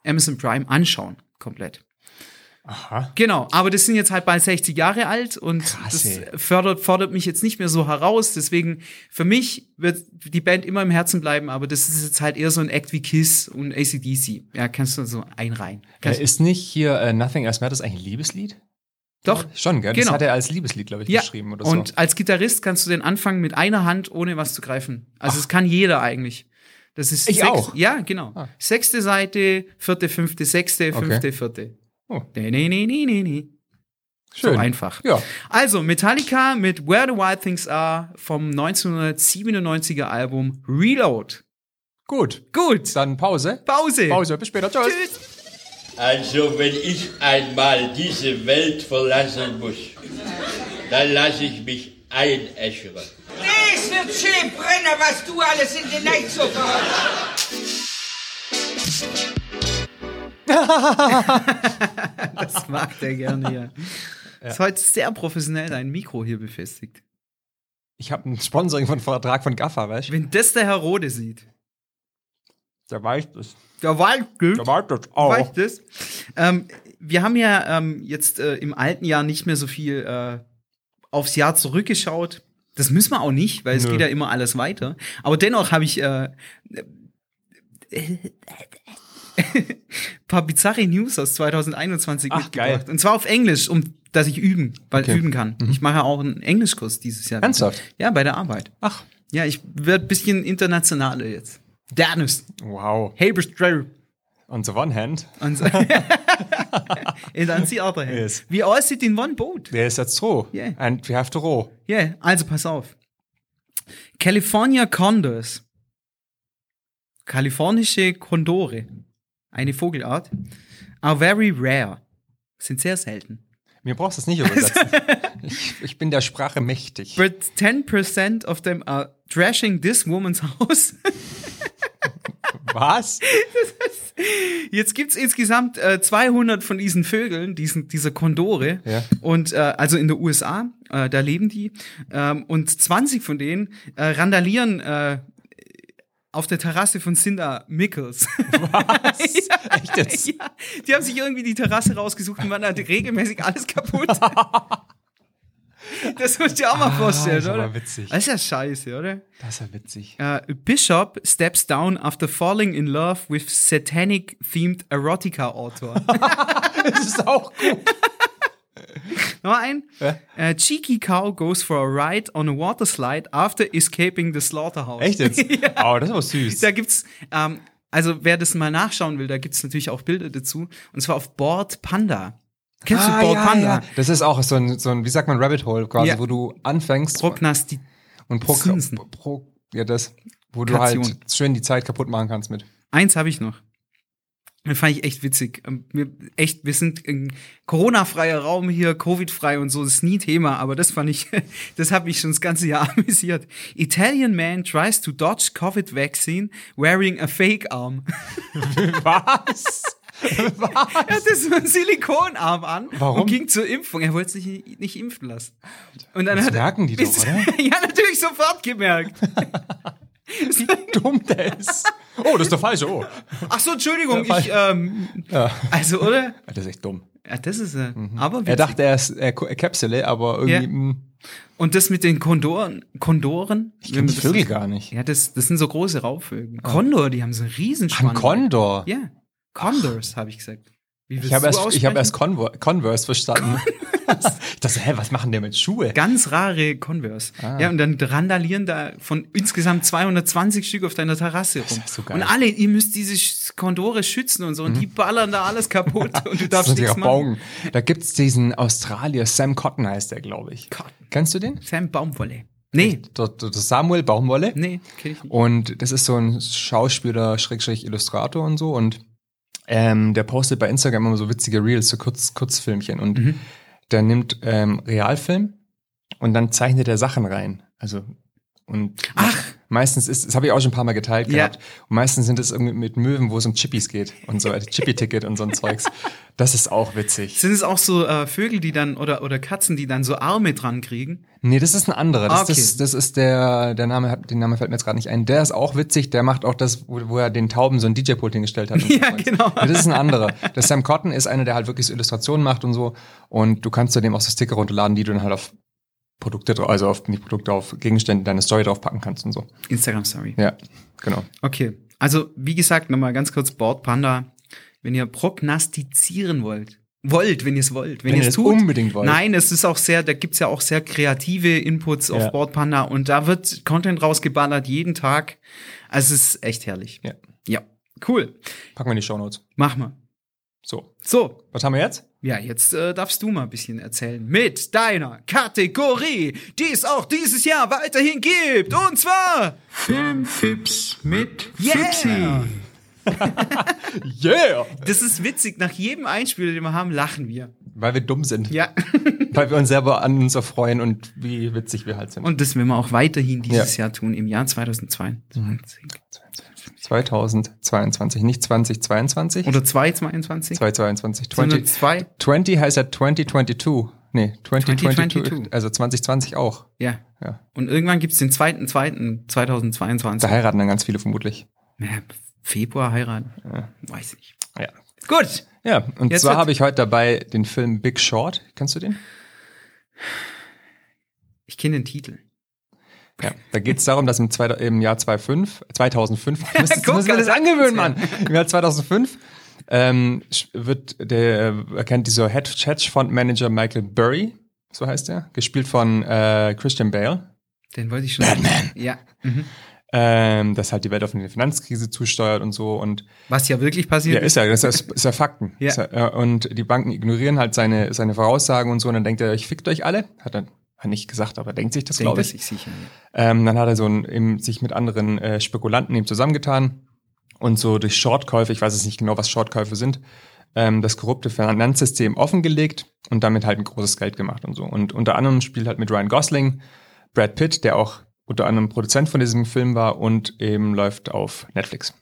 Amazon Prime anschauen, komplett. Aha. Genau, aber das sind jetzt halt bald 60 Jahre alt und Krass, das ey. fördert, fordert mich jetzt nicht mehr so heraus. Deswegen, für mich wird die Band immer im Herzen bleiben, aber das ist jetzt halt eher so ein Act wie Kiss und ACDC. Ja, kannst du so einreihen. Kannst, Äh, ist nicht hier äh, Nothing Else Matters eigentlich ein Liebeslied? doch, Schon, gell? Genau. Das hat er als Liebeslied, glaube ich, geschrieben oder so. Und als Gitarrist kannst du den anfangen mit einer Hand, ohne was zu greifen. Also es kann jeder eigentlich. Das ist Ich sechs- auch? Ja, genau. Ah. Sechste Seite, vierte, fünfte, sechste, Okay. fünfte, vierte. Oh. Nee, nee, nee, nee, nee, nee. Schön. So einfach. Ja. Also Metallica mit Where the Wild Things Are vom 1997er Album Reload. Gut. Gut. Dann Pause. Pause. Pause. Bis später. Tschüss. Tschüss. Also, wenn ich einmal diese Welt verlassen muss, dann lasse ich mich einäschern. Es wird schön brennen, was du alles in den Neidsuppe hast. [laughs] Das mag der gerne [laughs] hier. Ist heute sehr professionell dein Mikro hier befestigt. Ich habe ein Sponsoring von Vertrag von Gaffa, weißt du? Wenn das der Herr Rode sieht, Der weiß das. der Wald gilt. Der weiß das auch. Reicht es? Ähm, wir haben ja ähm, jetzt äh, im alten Jahr nicht mehr so viel äh, aufs Jahr zurückgeschaut. Das müssen wir auch nicht, weil es Nö. geht ja immer alles weiter. Aber dennoch habe ich äh, äh, [laughs] paar bizarre News aus 2021 Ach, mitgebracht. geil. Und zwar auf Englisch, um dass ich üben, weil Okay. Mhm. üben kann. Ich mache auch einen Englischkurs dieses Jahr. Ernsthaft? Ja, bei der Arbeit. Ach. Ja, ich werde bisschen internationaler jetzt. Danus. Wow. Hey, Bestreber. On the one hand, Und so. [laughs] And on the other hand. Yes. We all sit in one boat. there is that's true. Yeah. And we have to row. Yeah, also pass auf. California Condors. Kalifornische Kondore. Eine Vogelart. Are very rare. Sind sehr selten. Mir brauchst du es nicht [laughs] übersetzen. ich, ich bin der Sprache mächtig. But 10% of them are trashing this woman's [laughs] house. Was? Jetzt gibt's insgesamt äh, 200 von diesen Vögeln, diesen, dieser Kondore. Ja. Und äh, also in der USA, äh, da leben die. Ähm, und 20 von denen äh, randalieren äh, auf der Terrasse von Cinder Mickels. [laughs] Was? Echt [laughs] jetzt? ja, die haben sich irgendwie die Terrasse rausgesucht und machen halt regelmäßig alles kaputt. [laughs] das musst du dir auch mal vorstellen, Ah, ist aber oder? witzig. Das ist ja scheiße, oder? Das ist ja witzig. Äh, Bishop steps down after falling in love with satanic-themed Erotica-Autor. Das ist auch gut. Noch ein. Äh, cheeky cow goes for a ride on a water slide after escaping the slaughterhouse. Echt [laughs] jetzt? Oh, das ist aber [laughs] süß. Da gibt's, ähm, also wer das mal nachschauen will, da gibt's natürlich auch Bilder dazu. Und zwar auf Board Panda. Kennst Ah, du Board Panda? Das ist auch so ein, so ein, wie sagt man, Rabbit Hole quasi, Ja. wo du anfängst Prognosti und pro, Zinsen. pro, ja das, wo du Kation. halt schön die Zeit kaputt machen [laughs] kannst mit. Eins habe ich noch. Das fand ich echt witzig. Ähm, Wir, echt, wir sind ein Corona-freier Raum hier, Covid-frei und so, das ist nie Thema, aber das fand ich, [laughs] das hat mich schon das ganze Jahr [laughs] amüsiert. Italian man tries to dodge Covid vaccine wearing a fake arm. [laughs] Was? [laughs] Er hatte so einen Silikonarm an Warum? und ging zur Impfung. Er wollte sich nicht impfen lassen. Und dann Das hat er- [laughs] merken die doch, oder? ja, natürlich sofort [laughs] gemerkt. [laughs] Dumm der ist. Oh, das ist der falsche. Oh. Ach so, Entschuldigung, ich, ähm, also, oder? Das ist echt dumm. Ja, das ist er. Aber Mhm. Er witzig. dachte, er ist er er Kapsele, aber Ja. irgendwie. mm, Und das mit den Kondoren, Kondoren? Ich kenne die Vögel gar nicht. Ja, das, das sind so große Raubvögel. Kondor, die haben so einen Ach, ein Riesenschwanz. Kondor. Ja, Condors, habe ich gesagt. Wie Ich willst habe du erst, ich aussprechen? hab erst Conver Converse verstanden. [laughs] ich dachte, hä, was machen der mit Schuhe? Ganz rare Converse. Ah. Ja, und dann randalieren da von insgesamt 220 Stück auf deiner Terrasse rum. ist so geil. Mhm. Und alle, ihr müsst diese Sch- Kondore schützen und so. Und die ballern da alles [laughs] kaputt und du Das darfst sind ja nichts machen. Baugen. Da gibt's diesen Australier, Sam Cotton heißt der, glaube ich. Cotton. Kennst du den? Sam Baumwolle. Nee, Der, der der Samuel Baumwolle. nee, kenn ich nicht. Mhm. Und das ist so ein Schauspieler, Schrägstrich Illustrator und so. Und ähm, der postet bei Instagram immer so witzige Reels, so Kurz, Kurzfilmchen. Und Mhm. der nimmt ähm, Realfilm und dann zeichnet er Sachen rein. Also und Ach. meistens ist, das habe ich auch schon ein paar Mal geteilt Ja. gehabt. Und meistens sind es irgendwie mit Möwen, wo es um Chippies geht und [laughs] so, also Chippy-Ticket und so ein Zeugs. Das ist auch witzig. Sind es auch so äh, Vögel, die dann, oder, oder Katzen, die dann so Arme dran kriegen? Nee, das ist ein anderer. Das, Ah, Okay. das, das ist der, der Name, hat- den Namen fällt mir jetzt gerade nicht ein. Der ist auch witzig, der macht auch das, wo, wo er den Tauben so ein DJ-Pult [laughs] hingestellt hat. und so Ja, Zeugs. genau. Ja, das ist ein anderer. Der Sam Cotton ist einer, der halt wirklich so Illustrationen macht und so. Und du kannst zudem auch so Sticker runterladen, die du dann halt auf Produkte, dra- also auf nicht Produkte, auf Gegenstände deine Story draufpacken kannst und so. Instagram, sorry. Ja, genau. Okay. Also, wie gesagt, nochmal ganz kurz Bordpanda. Wenn ihr prognostizieren wollt, wollt, wenn ihr es wollt, wenn, Wenn ihr ihr es das tut. unbedingt wollt. Nein, es ist auch sehr, da gibt's ja auch sehr kreative Inputs auf Ja. Bordpanda und da wird Content rausgeballert jeden Tag. Also, es ist echt herrlich. Ja. Ja. Cool. Packen wir in die Shownotes. Mach mal. So. So. Was haben wir jetzt? Ja, jetzt äh, darfst du mal ein bisschen erzählen mit deiner Kategorie, die es auch dieses Jahr weiterhin gibt. Und zwar Filmfips mit Yeah! Fipsi. Yeah! Das ist witzig. Nach jedem Einspieler, den wir haben, lachen wir. Weil wir dumm sind. Ja. [laughs] Weil wir uns selber an uns erfreuen und wie witzig wir halt sind. Und das werden wir auch weiterhin dieses Ja. Jahr tun, im Jahr 2022. 2022, nicht 2022. Oder 2022? 2022. Sondern 20, zwei? 20 heißt ja 2022. Nee, 2022. 2022. Also 2020 auch. Ja. Ja. Und irgendwann gibt's den zweiten, zweiten 2022. Da heiraten dann ganz viele vermutlich. Ja, Februar heiraten? Weiß ich. Ja. Gut. Ja, und Jetzt zwar hat- habe ich heute dabei den Film Big Short. Kennst du den? Ich kenne den Titel. Ja. Da geht es darum, dass im, zwei, im Jahr 2005, 2005, müssen, [laughs] Guck, müssen wir das ganz angewöhnen, Mann. Im Jahr 2005 ähm, wird der, äh, erkennt dieser Hedge- Hedgefonds-Manager Michael Burry, so heißt er, gespielt von äh, Christian Bale. Den wollte ich schon. Batman. Ja. Ähm, das halt die Welt auf eine Finanzkrise zusteuert und so und Was ja wirklich passiert Ja, ist ja, das ist, ist ja Fakten. Ja. Ist ja, äh, und die Banken ignorieren halt seine, seine Voraussagen und so, und dann denkt er, ich fickt euch alle. Hat er hat nicht gesagt, aber denkt sich das, denke, glaube das ich. ist sicher. Ähm, dann hat er so ein, eben, sich mit anderen äh, Spekulanten eben zusammengetan und so durch Shortkäufe, ich weiß jetzt nicht genau, was Shortkäufe sind, ähm, das korrupte Finanzsystem offengelegt und damit halt ein großes Geld gemacht und so. Und unter anderem spielt halt mit Ryan Gosling, Brad Pitt, der auch unter anderem Produzent von diesem Film war und eben läuft auf Netflix.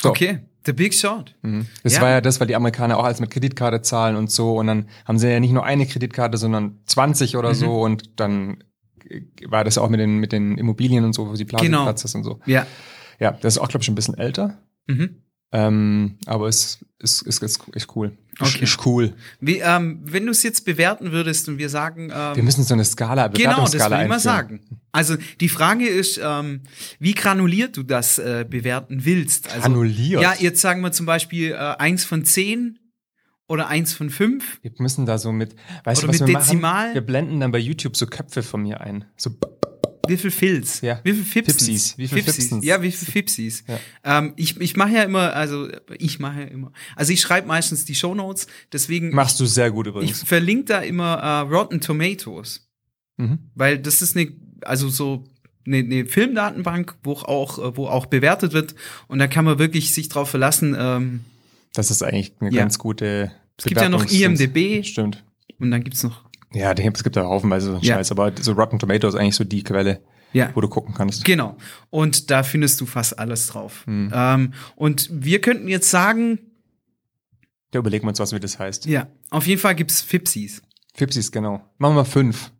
So. Okay, The Big Short. Mhm. Das Ja. war ja das, weil die Amerikaner auch als mit Kreditkarte zahlen und so. Und dann haben sie ja nicht nur eine Kreditkarte, sondern 20 Mhm. oder so. Und dann äh, war das auch mit den, mit den Immobilien und so, wo die Plaza Genau. geplatzt ist und so. Ja. Ja, das ist auch, glaube ich, schon ein bisschen älter. Mhm. Ähm, aber es ist, ist, ist, ist cool. Ist- Okay. Ist cool. Wie, ähm, wenn du es jetzt bewerten würdest und wir sagen, ähm, Wir müssen so eine Skala, genau, das Bewertungsskala will ich mal einführen. sagen. Also die Frage ist, ähm, wie granuliert du das äh, bewerten willst. Also, Granuliert? Ja, jetzt sagen wir zum Beispiel äh, eins von zehn oder eins von fünf. Wir müssen da so mit, weißt Oder du, was mit wir Dezimal? machen? Wir blenden dann bei YouTube so Köpfe von mir ein. So, Wie viel Filz? Ja. Wie viel Fipsis? Fipsis. Wie viel Fipsens? Ja, wie viel Fipsis? Ähm, ich ich mache ja immer, also ich mache ja immer. Also ich schreibe meistens die Shownotes, deswegen machst du sehr gut ich übrigens. verlinke da immer äh, Rotten Tomatoes. Mhm. Weil das ist eine, also so eine, eine Filmdatenbank, wo auch, äh, wo auch bewertet wird. Und da kann man wirklich sich drauf verlassen. Ähm, das ist eigentlich eine Ja. ganz gute Es gibt ja noch IMDb. Stimmt. und dann gibt's noch. Ja, die- es gibt da haufenweise so einen Ja. Scheiß, aber so Rotten Tomatoes ist eigentlich so die Quelle, Ja. wo du gucken kannst. Genau. Und da findest du fast alles drauf. Hm. Ähm, und wir könnten jetzt sagen, Da überlegen wir uns, was mir das heißt. ja, auf jeden Fall gibt's Fipsis. Fipsis, genau. Machen wir fünf.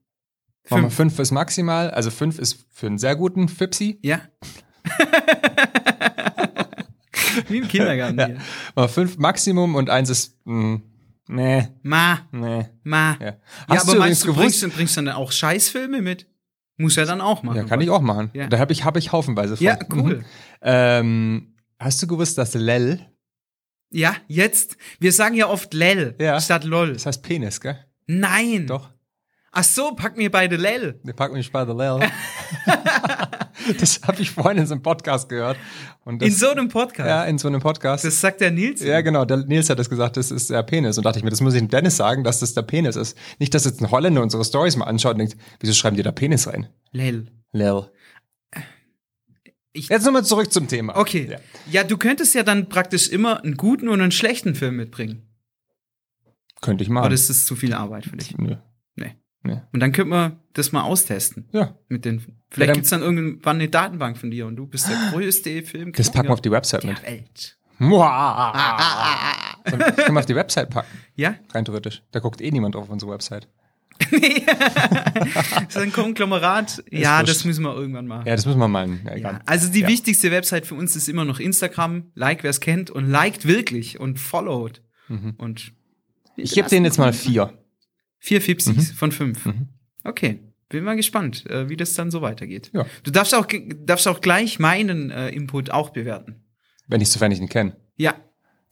Machen wir Fünf. fünf ist maximal, also fünf ist für einen sehr guten Fipsi. Ja. [laughs] Wie im Kindergarten hier. Machen wir fünf Maximum und eins ist, mh, nee, Ma, nee. ma. Ja. Ja, Hast aber du übrigens meinst du, bringst, gewusst? du- bringst du dann auch Scheißfilme mit? Muss ja dann auch machen. Ja, kann ich auch machen. Ja. Da habe ich, hab ich haufenweise von. Ja, cool. Mhm. Ähm, hast du gewusst, dass Lel, Ja, jetzt. Wir sagen ja oft Lel Ja. statt LOL. das heißt Penis, gell? Nein. Doch. Ach so, pack mir beide Lel. Wir packen mich bei The Lel. [laughs] [laughs] das habe ich vorhin in so einem Podcast gehört. Und das, In so einem Podcast. Ja, in so einem Podcast. Das sagt der Nils. ja, genau. Der Nils hat das gesagt, das ist der Penis. Und dachte ich mir, das muss ich dem Dennis sagen, dass das der Penis ist. Nicht, dass jetzt ein Holländer unsere Stories mal anschaut und denkt, wieso schreiben die da Penis rein? Lel. Lel. Ich- jetzt nochmal zurück zum Thema. Okay. Ja. Ja. du könntest ja dann praktisch immer einen guten und einen schlechten Film mitbringen. Könnte ich Aber machen. das ist zu viel Arbeit für dich. Nö. Nee. Nee. Und dann könnten wir das mal austesten. Ja. Mit den, vielleicht dann- Ah. gibt's dann irgendwann eine Datenbank von dir und du bist der größte Film. Das packen wir auf die Website mit. der Welt. [laughs] Muah. Können wir auf die Website packen. Ja? Rein theoretisch. Da guckt eh niemand auf unsere Website. Das ist ein Konglomerat. ja, wurscht. das müssen wir irgendwann machen. Ja, das müssen wir mal. Ja, egal. Also die Ja. wichtigste Website für uns ist immer noch Instagram. Like, wer es kennt und liked wirklich und followed. Und Mhm. Ich gebe denen jetzt mal Mhm. vier. vier Fipsis von fünf. Okay. Bin mal gespannt, äh, wie das dann so weitergeht. Ja. Du darfst auch, ge- darfst auch gleich meinen äh, Input auch bewerten. Wenn ich sofern ich ihn kenne. Ja,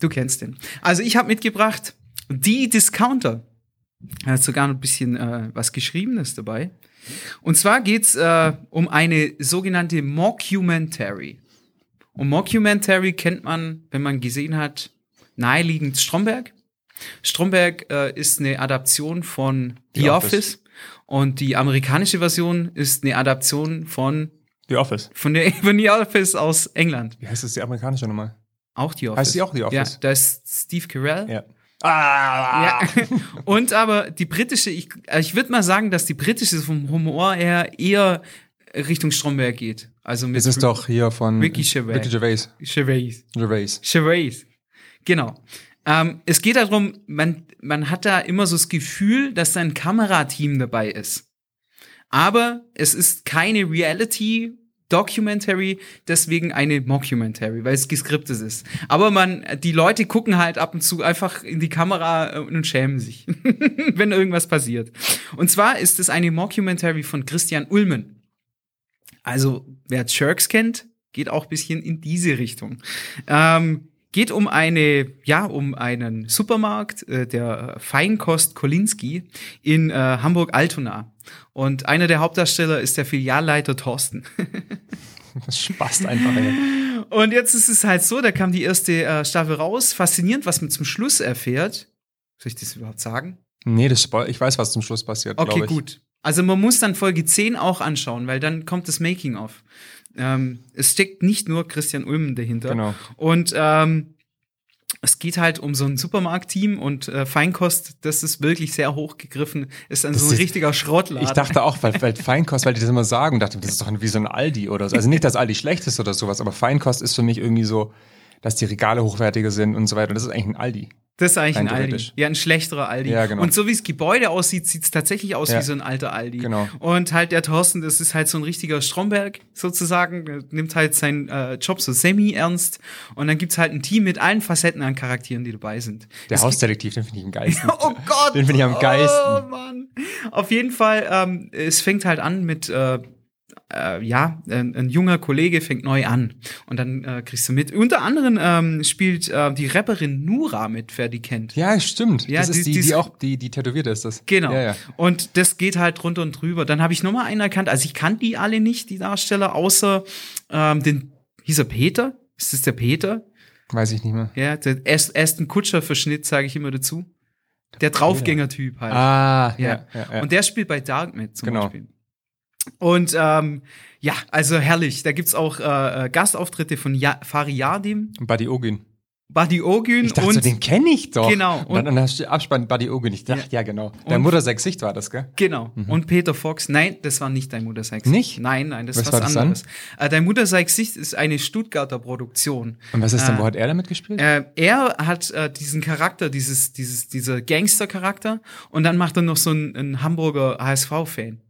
du kennst den. Also ich habe mitgebracht die Discounter. Er hat sogar noch ein bisschen äh, was Geschriebenes dabei. Und zwar geht's äh, um eine sogenannte Mockumentary. Und Mockumentary kennt man, wenn man gesehen hat, naheliegend Stromberg. Stromberg äh, ist eine Adaption von The, The Office. Office. und die amerikanische Version ist eine Adaption von The Office. von, der, [laughs] von The Office aus England. Wie heißt das die amerikanische Nummer? Auch The Office. Heißt die auch The Office? Ja, da ist Steve Carell. Ja. Ah! Ja. [laughs] Und aber die britische, ich, also ich würde mal sagen, dass die britische vom Humor her eher Richtung Stromberg geht. Also mit Es ist doch hier von Ricky Gervais. Ricky Gervais. Gervais. Gervais. Charades. Genau. Ähm, es geht darum, man, man hat da immer so das Gefühl, dass da ein Kamerateam dabei ist. Aber es ist keine Reality Documentary, deswegen eine Mockumentary, weil es geskriptet ist. Aber man, die Leute gucken halt ab und zu einfach in die Kamera äh, und schämen sich, [laughs] wenn irgendwas passiert. Und zwar ist es eine Mockumentary von Christian Ulmen. Also, wer Jerks kennt, geht auch ein bisschen in diese Richtung. Ähm, Geht um eine, ja, um einen Supermarkt, äh, der Feinkost Kolinski in äh, Hamburg-Altona. Und einer der Hauptdarsteller ist der Filialleiter Thorsten. Das spaßt einfach. Ey. Und jetzt ist es halt so, da kam die erste äh, Staffel raus. Faszinierend, was man zum Schluss erfährt. Soll ich das überhaupt sagen? Nee, das Spoil ich weiß, was zum Schluss passiert. Okay, glaub ich. gut. Also man muss dann Folge 10 auch anschauen, weil dann kommt das Making-of. Ähm, es steckt nicht nur Christian Ulmen dahinter. Genau. Und ähm, es geht halt um so ein Supermarktteam und äh, Feinkost, das ist wirklich sehr hochgegriffen, ist dann Das so ein ist- richtiger Schrottladen. Ich dachte auch, weil, weil Feinkost, weil die das immer sagen, dachte, das ist doch wie so ein Aldi oder so. Also nicht, dass Aldi schlecht ist oder sowas, aber Feinkost ist für mich irgendwie so, dass die Regale hochwertiger sind und so weiter. Und das ist eigentlich ein Aldi. das ist eigentlich ein Rein Aldi. theoretisch. Ja, ein schlechterer Aldi. Ja, genau. Und so wie das Gebäude aussieht, sieht es tatsächlich aus Ja. wie so ein alter Aldi. Genau. Und halt der Thorsten, das ist halt so ein richtiger Stromberg sozusagen, äh, nimmt halt seinen äh, Job so semi-ernst. Und dann gibt's halt ein Team mit allen Facetten an Charakteren, die dabei sind. Der Es Hausdetektiv, den finde ich am geilsten. [laughs] Oh Gott! Den finde ich am geilsten. Oh Mann. Auf jeden Fall, ähm, es fängt halt an mit, äh, äh, ja, ein, ein junger Kollege fängt neu an. Und dann äh, kriegst du mit. Unter anderem ähm, spielt äh, die Rapperin Nura mit, wer die kennt. Ja, stimmt. Ja, das ist die- die, die, die- auch, die, die tätowierte ist das. Genau. Ja, ja. Und das geht halt drunter und drüber. Dann habe ich nochmal einen erkannt. Also ich kannte die alle nicht, die Darsteller, außer ähm, den, hieß er Peter? Ist das der Peter? Weiß ich nicht mehr. Ja, der Ast- Aston Kutscher-Verschnitt, sage ich immer dazu. Der Draufgänger-Typ halt. Ah, Ja. Und Und der spielt bei Dark mit zum Genau. Beispiel. Und ähm, ja, also herrlich. Da gibt's auch äh, äh, Gastauftritte von ja Fariadim, Buddy Ogin. Badi Ogün Ich dachte, so, und den kenne ich doch. Genau. Und dann, und dann steht Abspann Buddy Ogin. Ich dachte, ja, genau. Der Und- Mutter sechs Sicht war das, gell? genau und Peter Fox. Nein, das war nicht dein Mutter sei Gesicht. Mhm. Nicht? Nein, nein, das Was ist was war das dann? anderes. Äh, dein Mutter sei Gesicht ist eine Stuttgarter Produktion. Und was ist Äh, denn, wo hat er damit gespielt? Äh, er hat äh, diesen Charakter, dieses, dieses, dieser Gangster-Charakter und dann macht er noch so einen, einen Hamburger HSV-Fan.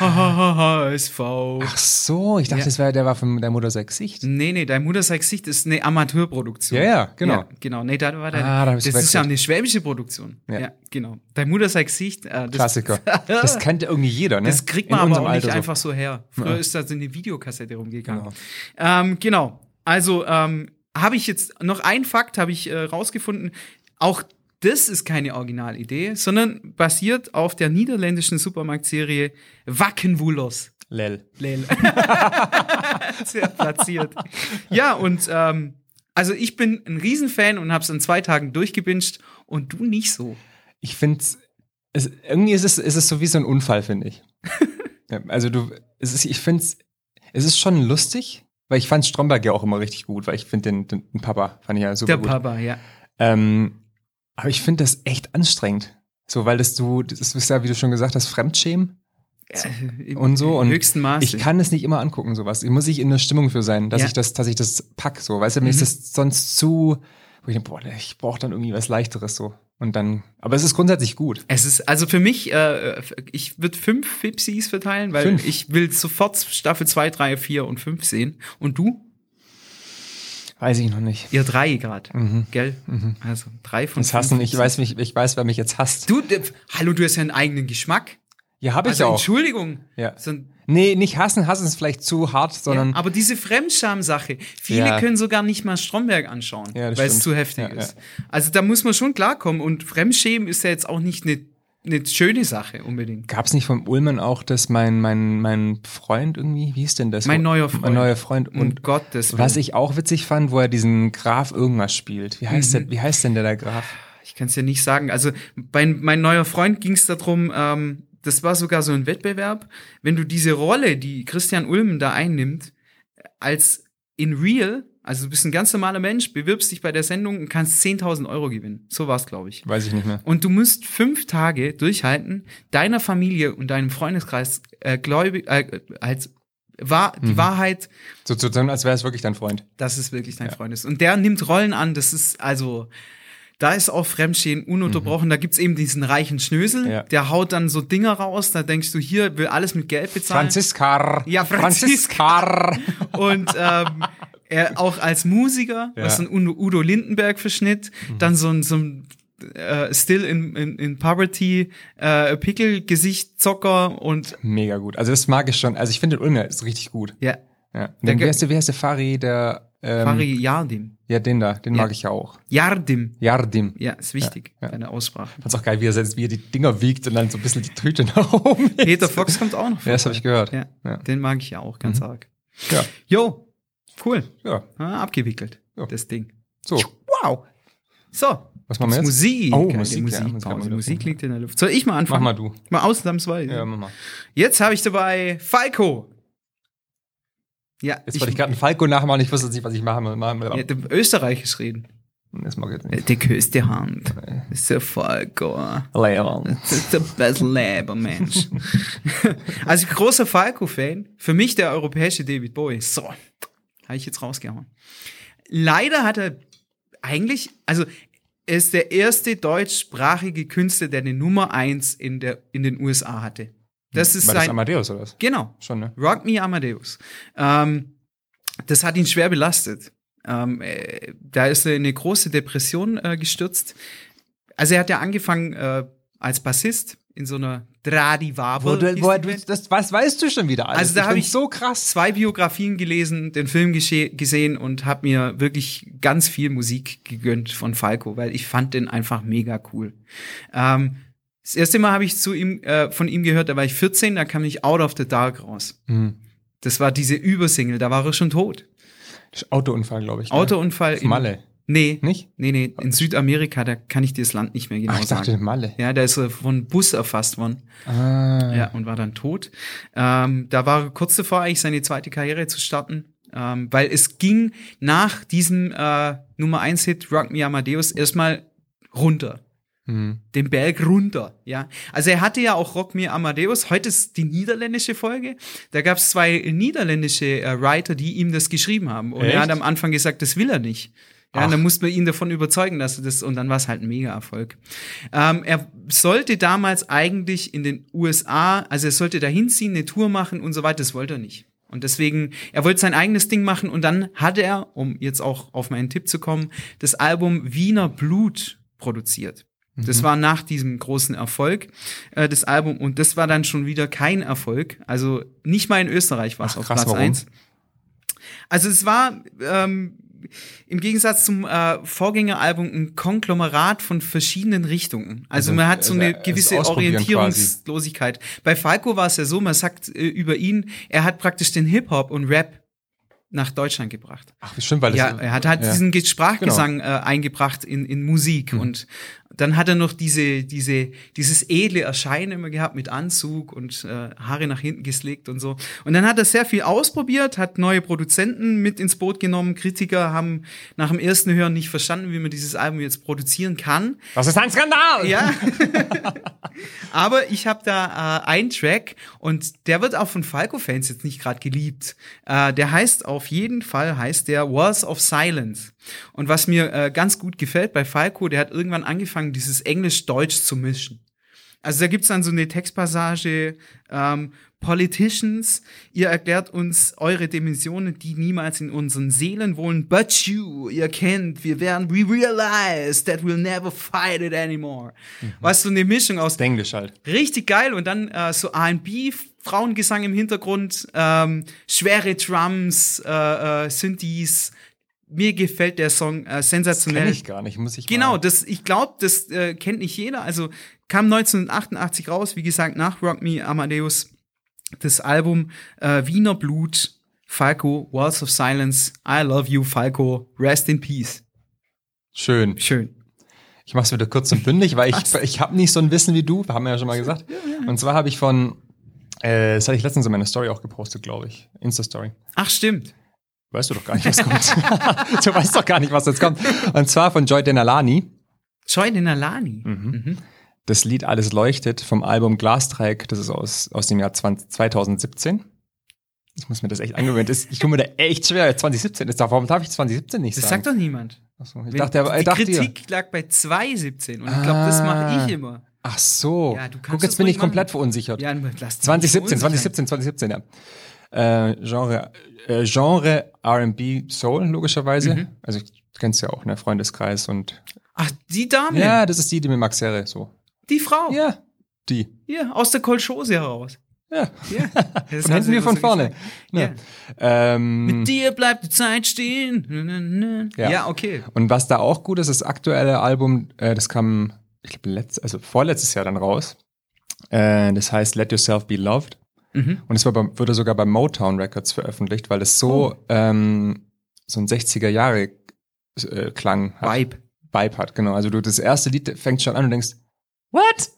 HSV. Ah. Ach so, ich dachte, Ja. das war, der war von der Mutter sechs Sicht. Nee, nee, dein Mutter sagt Sicht ist eine Amateurproduktion. Ja, ja, genau. genau, nee, da war deine, Ah, da hab das ich's ist ja verwechselt. eine schwäbische Produktion. Ja, Ja. genau. Dein Mutter sagt Sicht. Äh, das, [laughs] Klassiker. Das kannte irgendwie jeder, ne? Das kriegt In man aber unserem auch nicht Alter so. einfach so her. Früher ist da so eine Videokassette rumgegangen. Genau. Ähm, genau. Also ähm, habe ich jetzt noch einen Fakt habe ich äh, rausgefunden. Auch das ist keine Originalidee, sondern basiert auf der niederländischen Supermarktserie Wackenwullers. Lel. Lel. [laughs] Sehr platziert. Ja, und ähm, also ich bin ein Riesenfan und hab's in zwei Tagen durchgebinscht und du nicht so. Ich finde es, irgendwie ist es, ist es so wie so ein Unfall, [laughs] finde ich. Ja, also du, es ist, ich finde es, es ist schon lustig, weil ich fand Stromberg ja auch immer richtig gut, weil ich finde den, den, den Papa, fand ich ja super Der gut. Papa, ja. Ähm, aber ich finde das echt anstrengend. So, weil das du, das ist ja, wie du schon gesagt hast, Fremdschämen Im, und so. Im und höchsten Maße. Ich kann es nicht immer angucken, sowas. Ich muss ich in der Stimmung für sein, dass Ja. Mhm. ich das, dass ich das pack, so. Weißt du, mir ist das sonst zu, wo ich denke, boah, ich brauche dann irgendwie was leichteres, so. Und dann, aber es ist grundsätzlich gut. es ist, also für mich, äh, ich würde fünf Fipsies verteilen, weil Fünf. ich will sofort Staffel 2, 3, 4 und 5 sehen. Und du? Weiß ich noch nicht. Ihr drei gerade. Gell? Also drei von Mhm. Das hassen, ich Fipsies. weiß mich, ich weiß, wer mich jetzt hasst. Du, d- hallo, du hast ja einen eigenen Geschmack. Ja, habe ich Also auch. Entschuldigung. Ja. So ein Nee, nicht hassen, hassen ist vielleicht zu hart, sondern ja, aber diese Fremdscham-Sache, viele Ja. können sogar nicht mal Stromberg anschauen, Ja, das weil es stimmt. zu heftig Ja, ja. ist. Also da muss man schon klarkommen und Fremdschämen ist ja jetzt auch nicht eine eine schöne Sache unbedingt. Gab es nicht vom Ullmann auch, dass mein, mein, mein Freund irgendwie, wie hieß denn das? Mein neuer Freund. Mein neuer Freund. Und Gottes Willen. Was ich auch witzig fand, wo er diesen Graf irgendwas spielt. Wie heißt, Mhm. der, wie heißt denn der, der Graf? Ich kann es ja nicht sagen. Also bei mein neuer Freund ging es darum, ähm, das war sogar so ein Wettbewerb, wenn du diese Rolle, die Christian Ulmen da einnimmt, äh, als in real, also du bist ein ganz normaler Mensch, bewirbst dich bei der Sendung und kannst 10.000 Euro gewinnen. So war's, glaube ich. Weiß ich nicht mehr. Und du musst fünf Tage durchhalten, deiner Familie und deinem Freundeskreis äh, gläubig, äh, als war die Wahrheit, So zu tun, als wäre es wirklich dein Freund. dass es wirklich dein Freund ist. Und der nimmt Rollen an, das ist also, da ist auch Fremdschehen ununterbrochen. Da gibt's eben diesen reichen Schnösel, Ja. der haut dann so Dinger raus, da denkst du, hier will alles mit Geld bezahlen. Franziskar. Ah. Ja, Franziskar. [laughs] [laughs] Und ähm, er auch als Musiker, Ja. was ein Udo Udo Lindenberg verschnitt, dann so ein, so ein äh, Still in, in, in Poverty, äh, Pickelgesicht-Zocker und Mega gut. Also das mag ich schon. Also ich finde den Ulmer ist richtig gut. ja. Ja. Und Der dann, Ge- wer, ist der, wer ist der Fari, der Ähm, Fari Jardim. ja, den da, den Ja. mag ich ja auch. Jardim. Jardim. Ja, ist wichtig, deine Aussprache. Fand's auch geil, wie er, selbst, wie er die Dinger wiegt und dann so ein bisschen die Tüte [laughs] nach oben. hebt. Peter Fox kommt auch noch Ja, vor. das habe ich gehört. Ja, Ja. Mhm. den mag ich ja auch ganz arg. Ja. Jo, cool. ja. Ah, abgewickelt, Ja. das Ding. So, Wow. So, was machen wir jetzt? Musik. Oh, Geile Musik, ja. Jetzt kann man Musikpause. wieder- Musik liegt in der Luft. Soll ich mal Mach anfangen? mal du. Mal ausnahmsweise. Ja, mach mal. Jetzt habe ich dabei Falco. Ja, Jetzt wollte ich gerade einen Falco nachmachen, ich wusste jetzt nicht, was ich machen will. Machen will, aber- ja, dem Österreichisch reden. Das mag ich jetzt Äh, nicht. Die küsste Hand. Das ist der Falco. Leon. Das ist der beste Leber, Mensch. [laughs] also großer Falco-Fan. Für mich der europäische David Bowie. So, habe ich jetzt rausgehauen. Leider hat er eigentlich, also er ist der erste deutschsprachige Künstler, der eine Nummer eins in, der, in den USA hatte. Das ist Hm. War das sein. Amadeus oder was? genau. Schon, ne? Rock Me Amadeus. Ähm, das hat ihn schwer belastet. Ähm, äh, da ist er in eine große Depression äh, gestürzt. Also er hat ja angefangen äh, als Bassist in so einer Dradivabe. Wo, hieß du, wo, die du, Band. das, was weißt du schon wieder? alles? Also da hab find's ich- so krass. Zwei Biografien gelesen, den Film gesche- gesehen und habe mir wirklich ganz viel Musik gegönnt von Falco, weil ich fand den einfach mega cool. Ähm, das erste Mal habe ich zu ihm, äh, von ihm gehört, da war ich 14, da kam ich Out of the Dark raus. Hm. Das war diese Übersingle, da war er schon tot. Das ist Autounfall, glaube ich. ne? Autounfall Auf Malle. Nee. Nicht? Nee, nee, in Südamerika, da kann ich dir das Land nicht mehr genau Ach, ich dachte sagen. Malle. Ja, da ist er von Bus erfasst worden. Ah. Ja, und war dann tot. Ähm, da war er kurz davor, eigentlich seine zweite Karriere zu starten, ähm, weil es ging nach diesem äh, Nummer 1 Hit Rock Me Amadeus erstmal runter. Mhm. Den Berg runter, ja. Also er hatte ja auch Rock Me Amadeus. Heute ist die niederländische Folge. Da gab es zwei niederländische äh, Writer, die ihm das geschrieben haben. Und Echt? er hat am Anfang gesagt, das will er nicht. Ja, Ach. und dann musste man ihn davon überzeugen, dass er das, und dann war es halt ein Mega-Erfolg. Ähm, er sollte damals eigentlich in den USA, also er sollte da hinziehen, eine Tour machen und so weiter, das wollte er nicht. Und deswegen, er wollte sein eigenes Ding machen und dann hat er, um jetzt auch auf meinen Tipp zu kommen, das Album Wiener Blut produziert. Das Mhm. war nach diesem großen Erfolg äh, des Albums und das war dann schon wieder kein Erfolg. Also nicht mal in Österreich war es Ach, auf krass, Platz warum? eins. Also es war ähm, im Gegensatz zum äh, Vorgängeralbum ein Konglomerat von verschiedenen Richtungen. Also, Also, man hat so also, eine es gewisse ausprobieren Orientierungslosigkeit. Bei Falco war es ja so, man sagt äh, über ihn, er hat praktisch den Hip-Hop und Rap nach Deutschland gebracht. Ach, stimmt, weil das Ja, er hat halt ja. Genau. Mhm. diesen Ge- Sprachgesang äh, eingebracht in, in Musik und dann hat er noch diese, diese, dieses edle Erscheinen immer gehabt mit Anzug und äh, Haare nach hinten geslegt und so. Und dann hat er sehr viel ausprobiert, hat neue Produzenten mit ins Boot genommen. Kritiker haben nach dem ersten Hören nicht verstanden, wie man dieses Album jetzt produzieren kann. Das ist ein Skandal! Ja. [laughs] Aber ich habe da äh, einen Track und der wird auch von Falco-Fans jetzt nicht gerade geliebt. Äh, der heißt auf jeden Fall heißt der Walls of Silence. Und was mir äh, ganz gut gefällt bei Falco, der hat irgendwann angefangen, dieses Englisch-Deutsch zu mischen. Also da gibt's dann so eine Textpassage, ähm, Politicians, ihr erklärt uns eure Dimensionen, die niemals in unseren Seelen wohnen, but you, ihr kennt, wir werden, we realize that we'll never fight it anymore. Mhm. Was so eine Mischung aus Englisch halt. richtig geil und dann äh, so R&B Frauengesang im Hintergrund ähm, schwere Drums äh, äh, Synthes mir gefällt der Song äh, sensationell Kenn ich gar nicht, muss ich genau mal. das ich glaube das äh, kennt nicht jeder also kam 1988 raus wie gesagt nach Rock Me Amadeus das Album äh, Wiener Blut Falco Walls of Silence I love you Falco Rest in Peace Schön. schön Ich mach's wieder kurz und bündig, weil ich, ich habe nicht so ein Wissen wie du, haben wir ja schon mal gesagt. Und zwar habe ich von, äh, das hatte ich letztens in meiner Story auch gepostet, glaube ich. Insta-Story. ach stimmt Weißt du doch gar nicht, was kommt. [laughs] du weißt doch gar nicht, was jetzt kommt. Und zwar von Joy Denalani. Joy Denalani Mhm. Das Lied Alles leuchtet vom Album Glasdreieck, das ist aus, aus dem Jahr 20, 2017. Ich muss mir das echt angewöhnt. Ich tue mir da echt schwer. 2017 ist da. Warum darf ich 2017 nicht das sagen? sagt doch niemand Ach so, ich Wenn- dachte, aber- die ich dachte Ah. ihr- Kritik lag bei 2,17 und ich glaube, das mache ich immer. Ach so. Ja, du kannst Guck, das jetzt bin ruhig ich komplett machen. verunsichert. Ja, lass dich 2017, nicht unsicher. 2017, 2017, ja. Äh, Genre, äh, Genre R&B Soul logischerweise. Mhm. Also ich kennst ja auch, ne? Freundeskreis und Ach, die Dame, ja, das ist die, die mit Max Serre so. die Frau, Ja, die. hier aus der Kolchose heraus. [laughs] Ja. Ja. Das Von haben hinten sie wie immer von so vorne. gesagt. Ja. Ähm, Dir bleibt die Zeit stehen. Ja, Ja. okay. Und was da auch gut ist, das aktuelle Album, äh, das kam, ich glaube, letzt, also vorletztes Jahr dann raus. Äh, das heißt Let Yourself Be Loved. Und es war bei, wurde sogar bei Motown Records veröffentlicht, weil es so, ähm, so ein 60er Jahre äh, Klang hat. Vibe. Vibe hat, genau. Also du das erste Lied fängt schon an und denkst, what?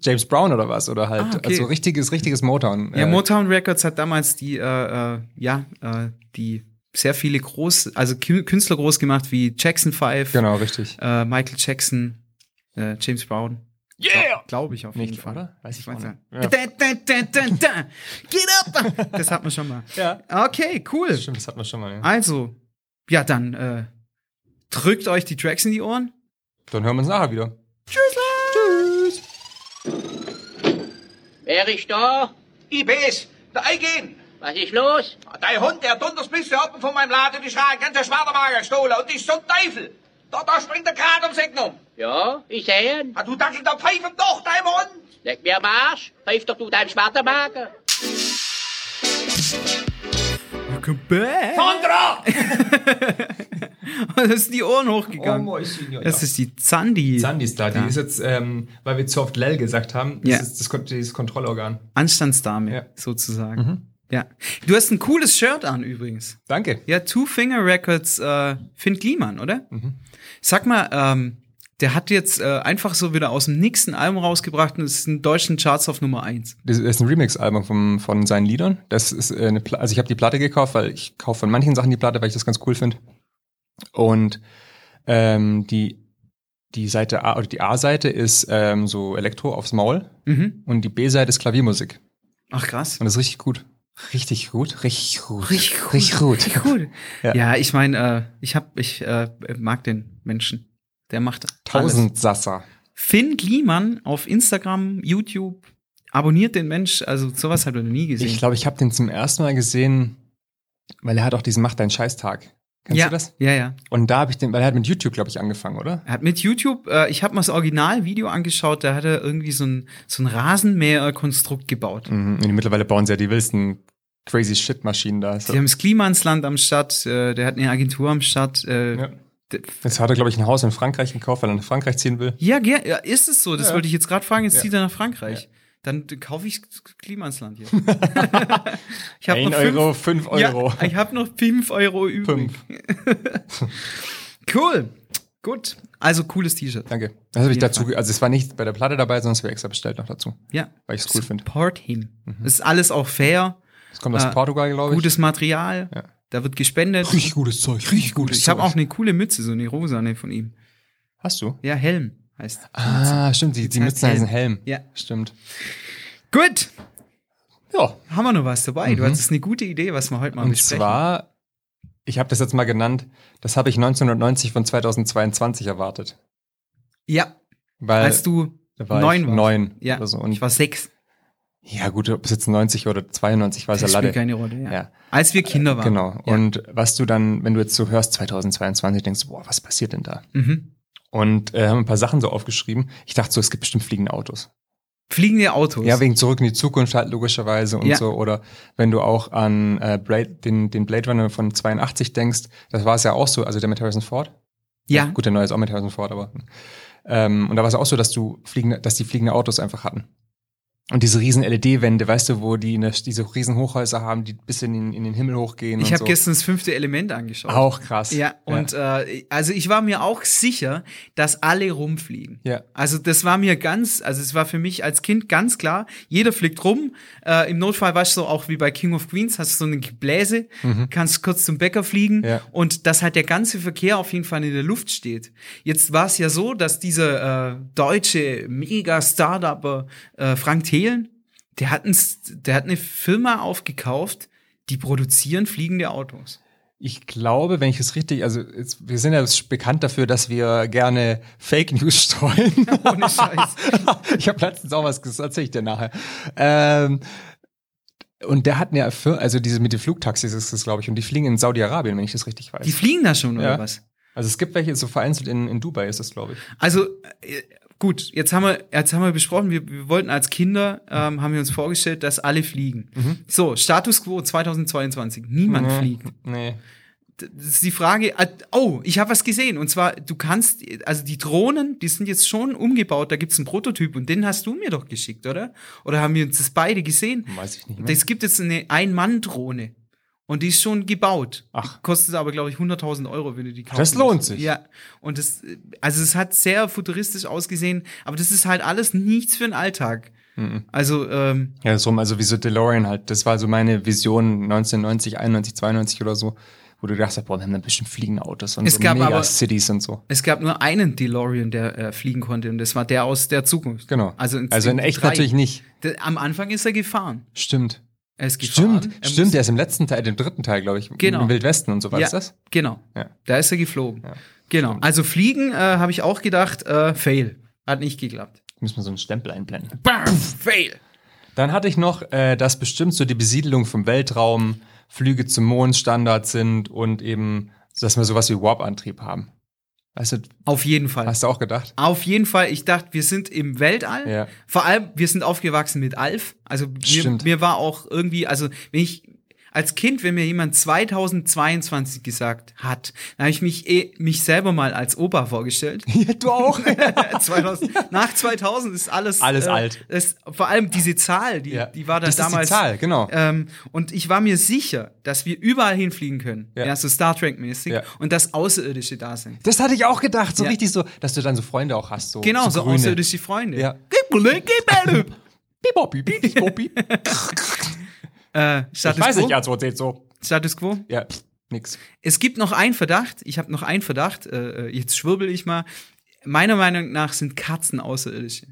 James Brown oder was? Oder halt, Ah, okay. also richtiges, richtiges Motown. Ja, äh, Motown Records hat damals die, äh, äh, ja, äh, die sehr viele groß, also Kü- Künstler groß gemacht wie Jackson Five, Genau, richtig. äh, Michael Jackson, äh, James Brown. Yeah! Glaube ich auf jeden Nicht, Fall. oder? Weiß ich auch weiß nicht. nicht. Da, da, da, da, da. Get up! Das hat man schon mal. Ja. Okay, cool. Stimmt, das hatten wir schon mal. Ja. Also, ja, dann äh, drückt euch die Tracks in die Ohren. Dann hören wir uns nachher wieder. Wer ist da? IBS, da eingehen! Was ist los? Dein Hund, der tut das bisschen hoppen von meinem Ladentisch rein, ganz der Schwadermager gestohlen und ich zum Teufel! Da, da springt der Kran ums Eck um. Ja, ich sehe ihn. Ah, du Dackel, da pfeifen doch, dein Hund! Leg mir am Arsch. Pfeif doch du deinem Schwadermagen. Welcome back! Andra! [laughs] Das ist die Ohren hochgegangen. Mäuschen, ja, das ist die Zandi. Sandy ist da. Die ist jetzt, ähm, weil wir zu oft Lell gesagt haben, Ja. das ist das, Kon- dieses Kontrollorgan. Anstandsdame, Ja. Mhm. sozusagen. Ja. Du hast ein cooles Shirt an übrigens. Danke. Ja, Two Finger Records, äh, Finn Gliemann, oder? Mhm. Sag mal, ähm, der hat jetzt äh, einfach so wieder aus dem nächsten Album rausgebracht und ist in deutschen Charts auf Nummer 1. Das ist ein Remix-Album von, von seinen Liedern. Das ist äh, eine Pla also ich habe die Platte gekauft, weil ich kaufe von manchen Sachen die Platte, weil ich das ganz cool finde. Und ähm, die, die Seite A oder die A-Seite ist ähm, so Elektro aufs Maul und die B-Seite ist Klaviermusik. Mhm. Ach krass. Und das ist richtig gut. Richtig gut. Richtig gut. Richtig gut. Richtig gut. Cool. Ja, Ja. ich meine, äh, ich hab, ich äh, mag den Menschen. Der macht alles. Tausend Sasser. Finn Gliemann auf Instagram, YouTube, abonniert den Mensch. Also sowas hat er noch nie gesehen. Ich glaube, ich habe den zum ersten Mal gesehen, weil er hat auch diesen Mach deinen Scheißtag. Kennst ja, du das? Ja, ja. Und da habe ich den, weil er hat mit YouTube, glaube ich, angefangen, oder? Er hat mit YouTube, äh, ich habe mal das Originalvideo angeschaut, da hat er irgendwie so ein, so ein Rasenmäher-Konstrukt gebaut. Mhm. Und mittlerweile bauen sie ja die wildesten crazy Shit-Maschinen da. So. Die haben das Klima ins Land am Start, äh, der hat eine Agentur am Start. Äh, ja. Ja. Jetzt hat er, glaube ich, ein Haus in Frankreich gekauft, weil er nach Frankreich ziehen will. Ja, ger- ja, ist es so? Das wollte ich jetzt gerade fragen. Jetzt zieht er nach Frankreich. Ja. Dann d- kaufe ich Klima ins [laughs] Land hier. ich hab Ein Euro, fünf Euro. Ja, ich habe noch 5 Euro übrig. Fünf. [laughs] Cool. Gut. Also cooles T-Shirt. [laughs] Danke. Das habe ich jeden dazu, ge- also es war nicht bei der Platte dabei, sondern es wäre extra bestellt noch dazu. Ja. Weil ich es cool finde. Support him. Das ist alles auch fair. Das kommt aus Äh, Portugal, glaube ich. Gutes Material. Ja. Da wird gespendet. richtig gutes Zeug. Richtig gutes Ich habe auch eine coole Mütze, so eine rosane von ihm. Hast du? Ja, Helm heißt. Ah, stimmt. Die, die heißt Mützen heißen Helm. Helm. Ja. Stimmt. Gut, Ja. haben wir noch was dabei. Du hattest eine gute Idee, was wir heute mal Mhm. Und besprechen. zwar, ich habe das jetzt mal genannt, das habe ich 1990 von 2022 erwartet. ja, Weil als du da äh, war neun ich warst. neun ja, oder so. Und ich war sechs. ja gut, ob es jetzt 90 oder 92 war, ist ja Das spielt Lade. keine Rolle. Ja. Ja. Als wir Kinder waren. Genau. Ja. Und was du dann, wenn du jetzt so hörst, 2022, denkst du, boah, was passiert denn da? Mhm. Und äh, haben ein paar Sachen so aufgeschrieben. Ich dachte so, es gibt bestimmt fliegende Autos. Fliegende Autos. Ja, wegen Zurück in die Zukunft halt logischerweise und Ja. so. Oder wenn du auch an äh, Blade, den, den Blade Runner von 82 denkst, das war es ja auch so, also der mit Harrison Ford. ja. Gut, der neue ist auch mit Harrison Ford, aber. hm. Ähm, und da war es auch so, dass du fliegende, dass die fliegende Autos einfach hatten. Und diese riesen LED-Wände, weißt du, wo die eine, diese riesen Hochhäuser haben, die bis in den, in den Himmel hochgehen. ich und habe so. gestern das fünfte Element angeschaut. Auch krass. Ja, und Äh, also ich war mir auch sicher, dass alle rumfliegen. Ja. Also das war mir ganz, also es war für mich als Kind ganz klar, jeder fliegt rum. Äh, Im Notfall warst du so auch wie bei King of Queens, hast du so eine Gebläse, kannst kurz zum Bäcker fliegen Mhm. Ja. und dass halt der ganze Verkehr auf jeden Fall in der Luft steht. Jetzt war es ja so, dass dieser äh, deutsche Mega-Startupper äh, Frank Thelen, der hat, ein, der hat eine Firma aufgekauft, die produzieren fliegende Autos. Ich glaube, wenn ich es richtig, also jetzt, wir sind ja bekannt dafür, dass wir gerne Fake News [laughs] streuen. [laughs] Ohne Scheiß. ich habe letztens auch was gesagt, erzähl ich dir nachher. Ähm, und der hat eine, Fir- also diese mit den Flugtaxis ist es, glaube ich, und die fliegen in Saudi-Arabien, wenn ich das richtig weiß. Die fliegen da schon, oder Ja. was? also es gibt welche, so vereinzelt in, in Dubai ist das, glaube ich. Also, äh, Gut, jetzt haben wir, jetzt haben wir besprochen, wir, wir wollten als Kinder, ähm, haben wir uns vorgestellt, dass alle fliegen. So, Status quo 2022. Mhm. Niemand fliegt. Nee. das ist die Frage, ah, oh, ich habe was gesehen. Und zwar, du kannst, also die Drohnen, die sind jetzt schon umgebaut, da gibt's einen Prototyp und den hast du mir doch geschickt, oder? Oder haben wir uns das beide gesehen? Weiß ich nicht mehr. Es gibt jetzt eine Ein-Mann-Drohne und die ist schon gebaut. Ach. Die kostet aber, glaube ich, 100.000 Euro, wenn du die kaufst. Das lohnt sich. Ja, und das, also es hat sehr futuristisch ausgesehen, aber das ist halt alles nichts für den Alltag. Mhm. Also, ähm, Ja, so, also wie so DeLorean halt. Das war so meine Vision 1990, 91, 92 oder so, wo du dachtest, boah, wir haben da bestimmt fliegende Autos und Es so gab aber- Mega-Cities und so. Es gab nur einen DeLorean, der äh, fliegen konnte, und das war der aus der Zukunft. Genau. Also in, Also in echt natürlich nicht. Der, am Anfang ist er gefahren. Stimmt. Er ist gefahren. Stimmt, er stimmt. muss- Der ist im letzten Teil, dem dritten Teil, glaube ich, Genau. im Wildwesten und so, war ja, ist das? Genau. Ja. Da ist er geflogen. genau. Also fliegen äh, habe ich auch gedacht, äh, fail. Hat nicht geklappt. Müssen wir so einen Stempel einblenden. Bam, fail. Dann hatte ich noch, äh, dass bestimmt so die Besiedelung vom Weltraum, Flüge zum Mond Standard sind und eben, dass wir sowas wie Warp-Antrieb haben. Weißt du, Auf jeden Fall. hast du auch gedacht? Auf jeden Fall, ich dachte, wir sind im Weltall. Ja. Vor allem, wir sind aufgewachsen mit Alf. Also mir, Stimmt. mir war auch irgendwie, also wenn ich als Kind, wenn mir jemand 2022 gesagt hat, dann habe ich mich eh, mich selber mal als Opa vorgestellt. Ja, du auch. 2000, Nach 2000 ist alles Alles alt. Ist, vor allem diese Zahl, die, [laughs] Ja. die war dann Das ist die damals. Zahl, genau. Ähm, und ich war mir sicher, dass wir überall hinfliegen können, ja, Ja. so Star Trek mäßig, Ja. und dass Außerirdische da sind. Das hatte ich auch gedacht, so Ja. richtig so, dass du dann so Freunde auch hast. So, Genau, so Grüne. außerirdische Freunde. Ja. [laughs] Bibop, bibop, bibop, [laughs] bibop. Äh, Status, Ich weiß quo? nicht, also erzählt so. Status quo. Ja, pff, nix. Es gibt noch einen Verdacht. Ich habe noch einen Verdacht. Äh, äh, jetzt schwirbel ich mal. Meiner Meinung nach sind Katzen außerirdische.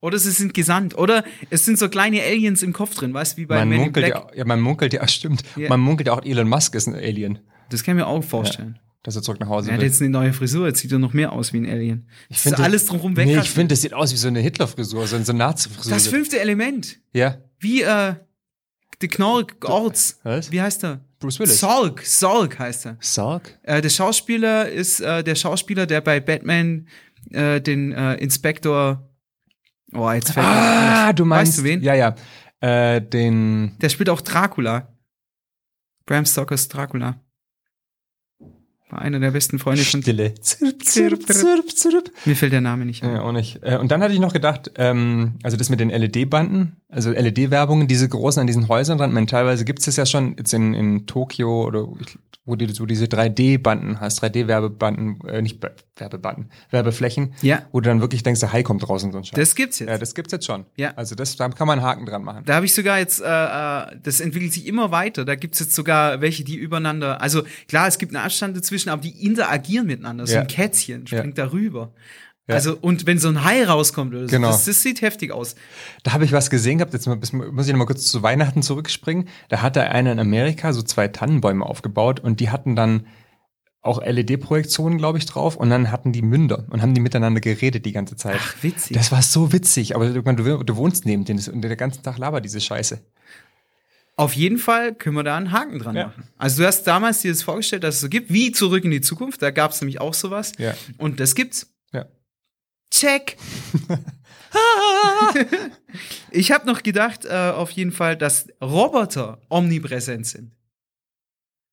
Oder sie sind gesandt. Oder es sind so kleine Aliens im Kopf drin, weißt du, wie bei Man Men in munkelt, Black. ja, ja, man munkelt ja, [laughs] stimmt. Ja. Man munkelt ja auch, Elon Musk ist ein Alien, Das kann ich mir auch vorstellen. dass er zurück nach Hause Er hat will. jetzt eine neue Frisur, jetzt sieht er noch mehr aus wie ein Alien. Ich find das- alles drumherum weg. Nee, ich finde, das sieht aus wie so eine Hitler-Frisur, so eine Nazi-Frisur. das fünfte Element. Ja, Wie, äh, der Knork, Orts. Was? Wie heißt er? Bruce Willis. Sorg, Sorg heißt er. Sarg? Äh, der Schauspieler ist äh, der Schauspieler, der bei Batman äh, den äh, Inspektor. Oh, jetzt fällt mir das Ah, du meinst. Weißt du wen? Ja, ja. Äh, den. Der spielt auch Dracula. Bram Stokers Dracula. War einer der besten Freunde von. Stille. Zirp, zirp, zirp, zirp. Mir fällt der Name nicht ein. Ja, auch nicht. Äh, Und dann hatte ich noch gedacht, ähm, also das mit den LED-Banden, also LED-Werbungen, diese großen an diesen Häusern dran, man, teilweise gibt es das ja schon jetzt in, in Tokio oder ich- wo du so diese 3D-Banden hast, 3D-Werbebanden, äh, nicht Be- Werbebanden, Werbeflächen, Ja. wo du dann wirklich denkst, der Hai kommt draußen so ein Scheiß. Das gibt's jetzt. ja, das gibt's jetzt schon. Ja. Also das, da kann man einen Haken dran machen. Da habe ich sogar jetzt, äh, äh, das entwickelt sich immer weiter. Da gibt's jetzt sogar welche, die übereinander. Also klar, es gibt einen Abstand dazwischen, aber die interagieren miteinander. So Ja. ein Kätzchen springt darüber. Ja. Also, und wenn so ein Hai rauskommt oder so, Genau. das, das sieht heftig aus. Da habe ich was gesehen gehabt, jetzt mal- bis- muss ich noch mal kurz zu Weihnachten zurückspringen. Da hatte einer in Amerika so zwei Tannenbäume aufgebaut und die hatten dann auch LED-Projektionen, glaube ich, drauf und dann hatten die Münder und haben die miteinander geredet die ganze Zeit. Ach, witzig. Das war so witzig, aber ich meine, du, du wohnst neben denen und den ganzen Tag labert diese Scheiße. Auf jeden Fall können wir da einen Haken dran Ja. machen. Also du hast damals dir das vorgestellt, dass es so gibt, wie zurück in die Zukunft, da gab es nämlich auch sowas. Ja. Und das gibt's. Ja. Check. Ah. [laughs] ich habe noch gedacht, äh, auf jeden Fall, dass Roboter omnipräsent sind.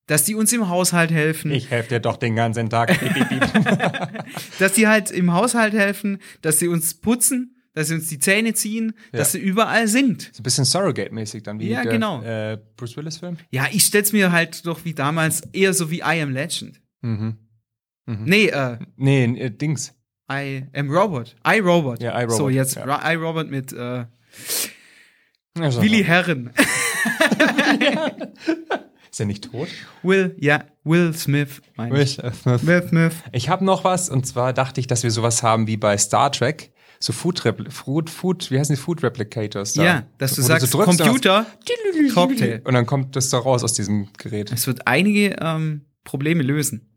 Dass die uns im Haushalt helfen, Ich helfe dir doch den ganzen Tag. Piep, piep, piep. [laughs] dass die halt im Haushalt helfen, dass sie uns putzen, dass sie uns die Zähne ziehen, dass sie überall sind. so ein bisschen Surrogate-mäßig dann, wie Ja, der genau. äh, Bruce Willis-Film. Ja, ich stell's mir halt doch wie damals eher so wie I Am Legend. Mhm. Nee, äh, Nee, äh, Dings. I am Robot. I Robot. Ja, I, Robot. So, jetzt Ja. Ra- I Robot mit äh, Ja, schon. Willi Herren. [laughs] Ist er nicht tot? Will, ja, Will Smith, meine ich. Will Smith. Ich habe noch was und zwar dachte ich, dass wir sowas haben wie bei Star Trek. So Food, Repl Food, Food, wie heißen die Food Replicators? Da. Ja, dass du Wo sagst, so drückst und Computer, dann- Cocktail. Und dann kommt das da raus aus diesem Gerät. Es wird einige ähm, Probleme lösen.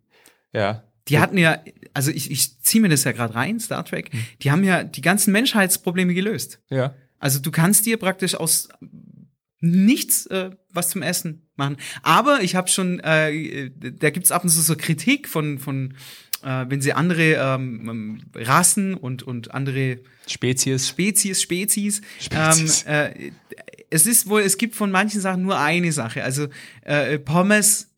Ja. Die hatten ja, also ich, ich ziehe mir das ja gerade rein, Star Trek. Hm. Die haben ja die ganzen Menschheitsprobleme gelöst. Ja. Also du kannst dir praktisch aus nichts äh, was zum Essen machen. Aber ich habe schon, äh, da gibt's ab und zu so Kritik von, von äh, wenn sie andere ähm, ähm, Rassen und, und andere Spezies. Spezies, Spezies. Spezies. Ähm, äh, es ist wohl, es gibt von manchen Sachen nur eine Sache. Also äh, Pommes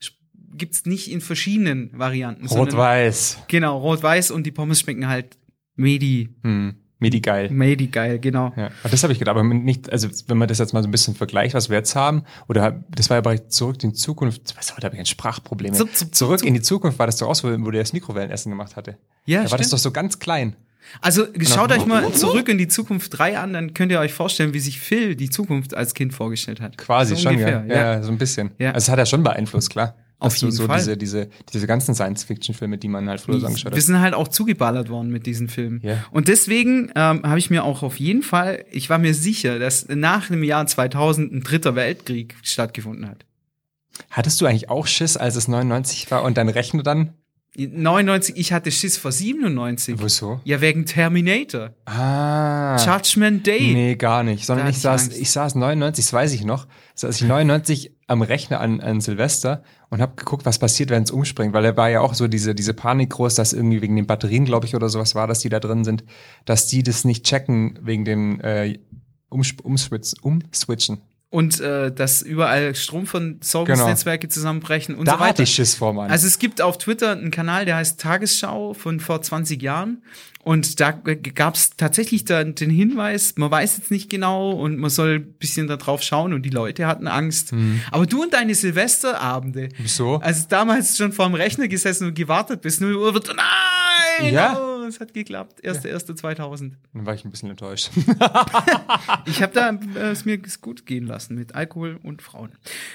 gibt's nicht in verschiedenen Varianten. sondern- Rot-Weiß. Genau, rot-weiß und die Pommes schmecken halt Medi, Hm. Medi geil. Medi geil, genau. Ja, aber das habe ich gedacht, aber nicht, also wenn man das jetzt mal so ein bisschen vergleicht, was wir jetzt haben, oder das war ja bei Zurück in die Zukunft, was war da habe ich ein Sprachproblem? ey. Zup, zup, Zurück in die Zukunft war das doch auch so, wo der das Mikrowellenessen gemacht hatte. Ja, Da war das stimmt. doch so ganz klein. Also Genau. schaut euch mal zurück in die Zukunft 3 an, dann könnt ihr euch vorstellen, wie sich Phil die Zukunft als Kind vorgestellt hat. Quasi So schon, ungefähr, ja. ja. so ein bisschen. Ja. Also es hat ja schon beeinflusst, klar. Auf Dass du jeden so Fall. Diese, diese, diese ganzen Science-Fiction-Filme, die man halt früher so angeschaut Wir hat. sind halt auch zugeballert worden mit diesen Filmen. Ja. Und deswegen ähm, habe ich mir auch auf jeden Fall, ich war mir sicher, dass nach dem Jahr 2000 ein dritter Weltkrieg stattgefunden hat. Hattest du eigentlich auch Schiss, als es 99 war und dein Rechner dann? 99, ich hatte Schiss vor 97. Wieso? Ja, wegen Terminator. Ah. Judgment Day. Nee, gar nicht. Sondern Da ich hatte ich saß, Angst. ich saß 99, das weiß ich noch, saß ich 99 am Rechner an, an Silvester und habe geguckt, was passiert, wenn es umspringt, weil da war ja auch so diese, diese Panik groß, dass irgendwie wegen den Batterien, glaube ich, oder sowas war, dass die da drin sind, dass die das nicht checken wegen dem äh, Umsp- Umswitz- Umswitchen. Und äh, dass überall Strom von Service-Netzwerke zusammenbrechen und Genau. da so weiter. hatte ich Schiss vor, Mann. Also es gibt auf Twitter einen Kanal, der heißt Tagesschau von vor 20 Jahren. Und da gab es tatsächlich dann den Hinweis, man weiß jetzt nicht genau und man soll ein bisschen da drauf schauen und die Leute hatten Angst. Aber du und deine Silvesterabende, Hm. Wieso? als du damals schon vorm Rechner gesessen und gewartet bis 0 Uhr wird, nein! Ja. Oh, es hat geklappt. 1.1.2000. Dann war ich ein bisschen enttäuscht. [laughs] Ich habe da äh, es mir gut gehen lassen mit Alkohol und Frauen.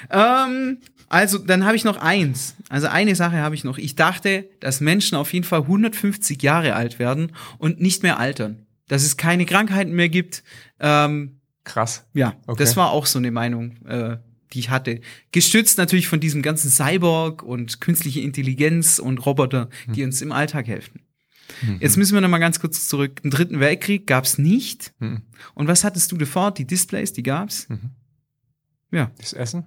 Ähm, also, dann habe ich noch eins. Also eine Sache habe ich noch. Ich dachte, dass Menschen auf jeden Fall 150 Jahre alt werden und nicht mehr altern. Dass es keine Krankheiten mehr gibt. Ähm, Krass. ja, Okay. das war auch so eine Meinung, äh, die ich hatte. Gestützt natürlich von diesem ganzen Cyborg und künstliche Intelligenz und Roboter, die uns im Alltag helfen. Jetzt müssen wir noch mal ganz kurz zurück. Den Dritten Weltkrieg gab es nicht. Hm. Und was hattest du davor? Die Displays, die gab's? Mhm. Ja. Das Essen?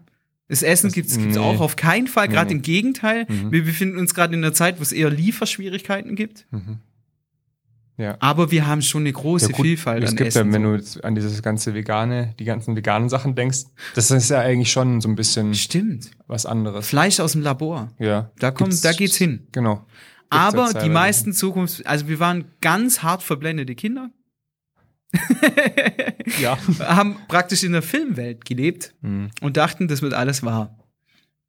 Das Essen gibt's, gibt's nee. auch auf keinen Fall, gerade Nee, Mhm. nee. im Gegenteil. Wir befinden uns gerade in einer Zeit, wo es eher Lieferschwierigkeiten gibt. Mhm. Ja. Aber wir haben schon eine große gut, Vielfalt es an gibt Essen. ja, wenn du jetzt an dieses ganze vegane, die ganzen veganen Sachen denkst, das ist ja eigentlich schon so ein bisschen Stimmt. was anderes. Fleisch aus dem Labor. Ja. Da kommt- da geht's hin. Genau. Gibt's Aber jetzt die teilweise. meisten Zukunfts-, also wir waren ganz hart verblendete Kinder, Ja. haben praktisch in der Filmwelt gelebt Mhm. und dachten, das wird alles wahr.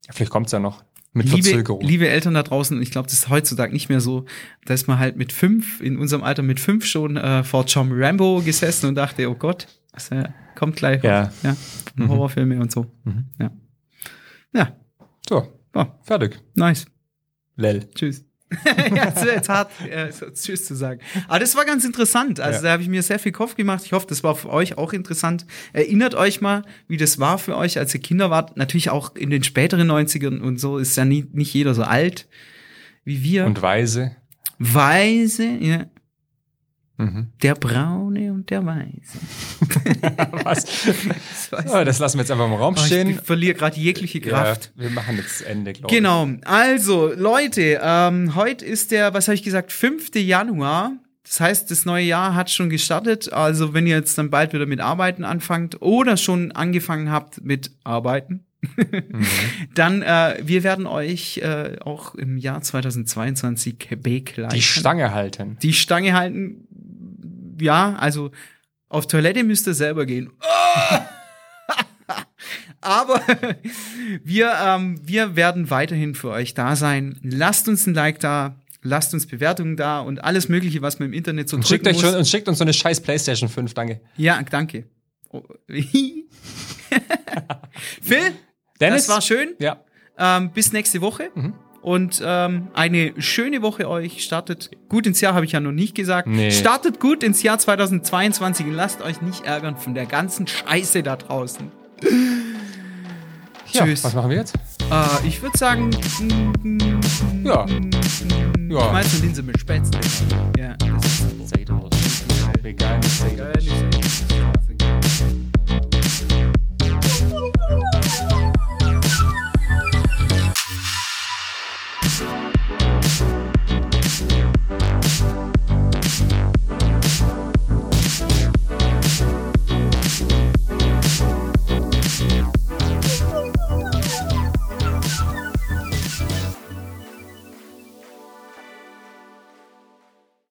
Vielleicht kommt's ja noch. Mit liebe, Verzögerung. liebe Eltern da draußen, ich glaube, das ist heutzutage nicht mehr so, dass man halt mit fünf, in unserem Alter mit fünf schon äh, vor John Rambo gesessen und dachte, oh Gott, was, äh, kommt gleich. Ja. Mhm. ja Horrorfilme und so. Ja. ja, so, ja, fertig. nice. Lell. Tschüss. [laughs] ja, es ist jetzt hart, äh, so Tschüss zu sagen. Aber das war ganz interessant. Also Ja. da habe ich mir sehr viel Kopf gemacht. Ich hoffe, das war für euch auch interessant. Erinnert euch mal, wie das war für euch, als ihr Kinder wart. Natürlich auch in den späteren 90ern und so ist ja nie, nicht jeder so alt wie wir. Und Weise. Weise, ja. Mhm. Der Braune und der Weiße. Was? Das weiß so, das lassen wir jetzt einfach im Raum Oh, ich. ich stehen. verliere gerade jegliche Kraft. Ja, wir machen jetzt Ende, glaube ich. Genau. Also, Leute, ähm, heute ist der, was habe ich gesagt, 5. Januar. Das heißt, das neue Jahr hat schon gestartet. Also, wenn ihr jetzt dann bald wieder mit Arbeiten anfangt oder schon angefangen habt mit Arbeiten, Mhm. [laughs] dann äh, wir werden euch äh, auch im Jahr 2022 begleiten. Die Stange halten. Die Stange halten. Ja, also auf Toilette müsst ihr selber gehen. Ah! [laughs] Aber [laughs] wir, ähm, wir werden weiterhin für euch da sein. Lasst uns ein Like da, lasst uns Bewertungen da und alles Mögliche, was man im Internet so Und schickt, drücken euch muss. schon, und schickt uns so eine scheiß Playstation 5, danke. ja, danke. Oh, [laughs] Phil, Dennis? das war schön. Ja. Ähm, bis nächste Woche. Und ähm, eine schöne Woche euch. Startet gut ins Jahr, habe ich ja noch nicht gesagt. Nee. Startet gut ins Jahr 2022 und lasst euch nicht ärgern von der ganzen Scheiße da draußen. ja. Tschüss. Was machen wir jetzt? Äh, ich würde sagen, Ja. ja. Ja. meinst du Linse mit Spätzle? Ja, das ist so. Vegane Potato.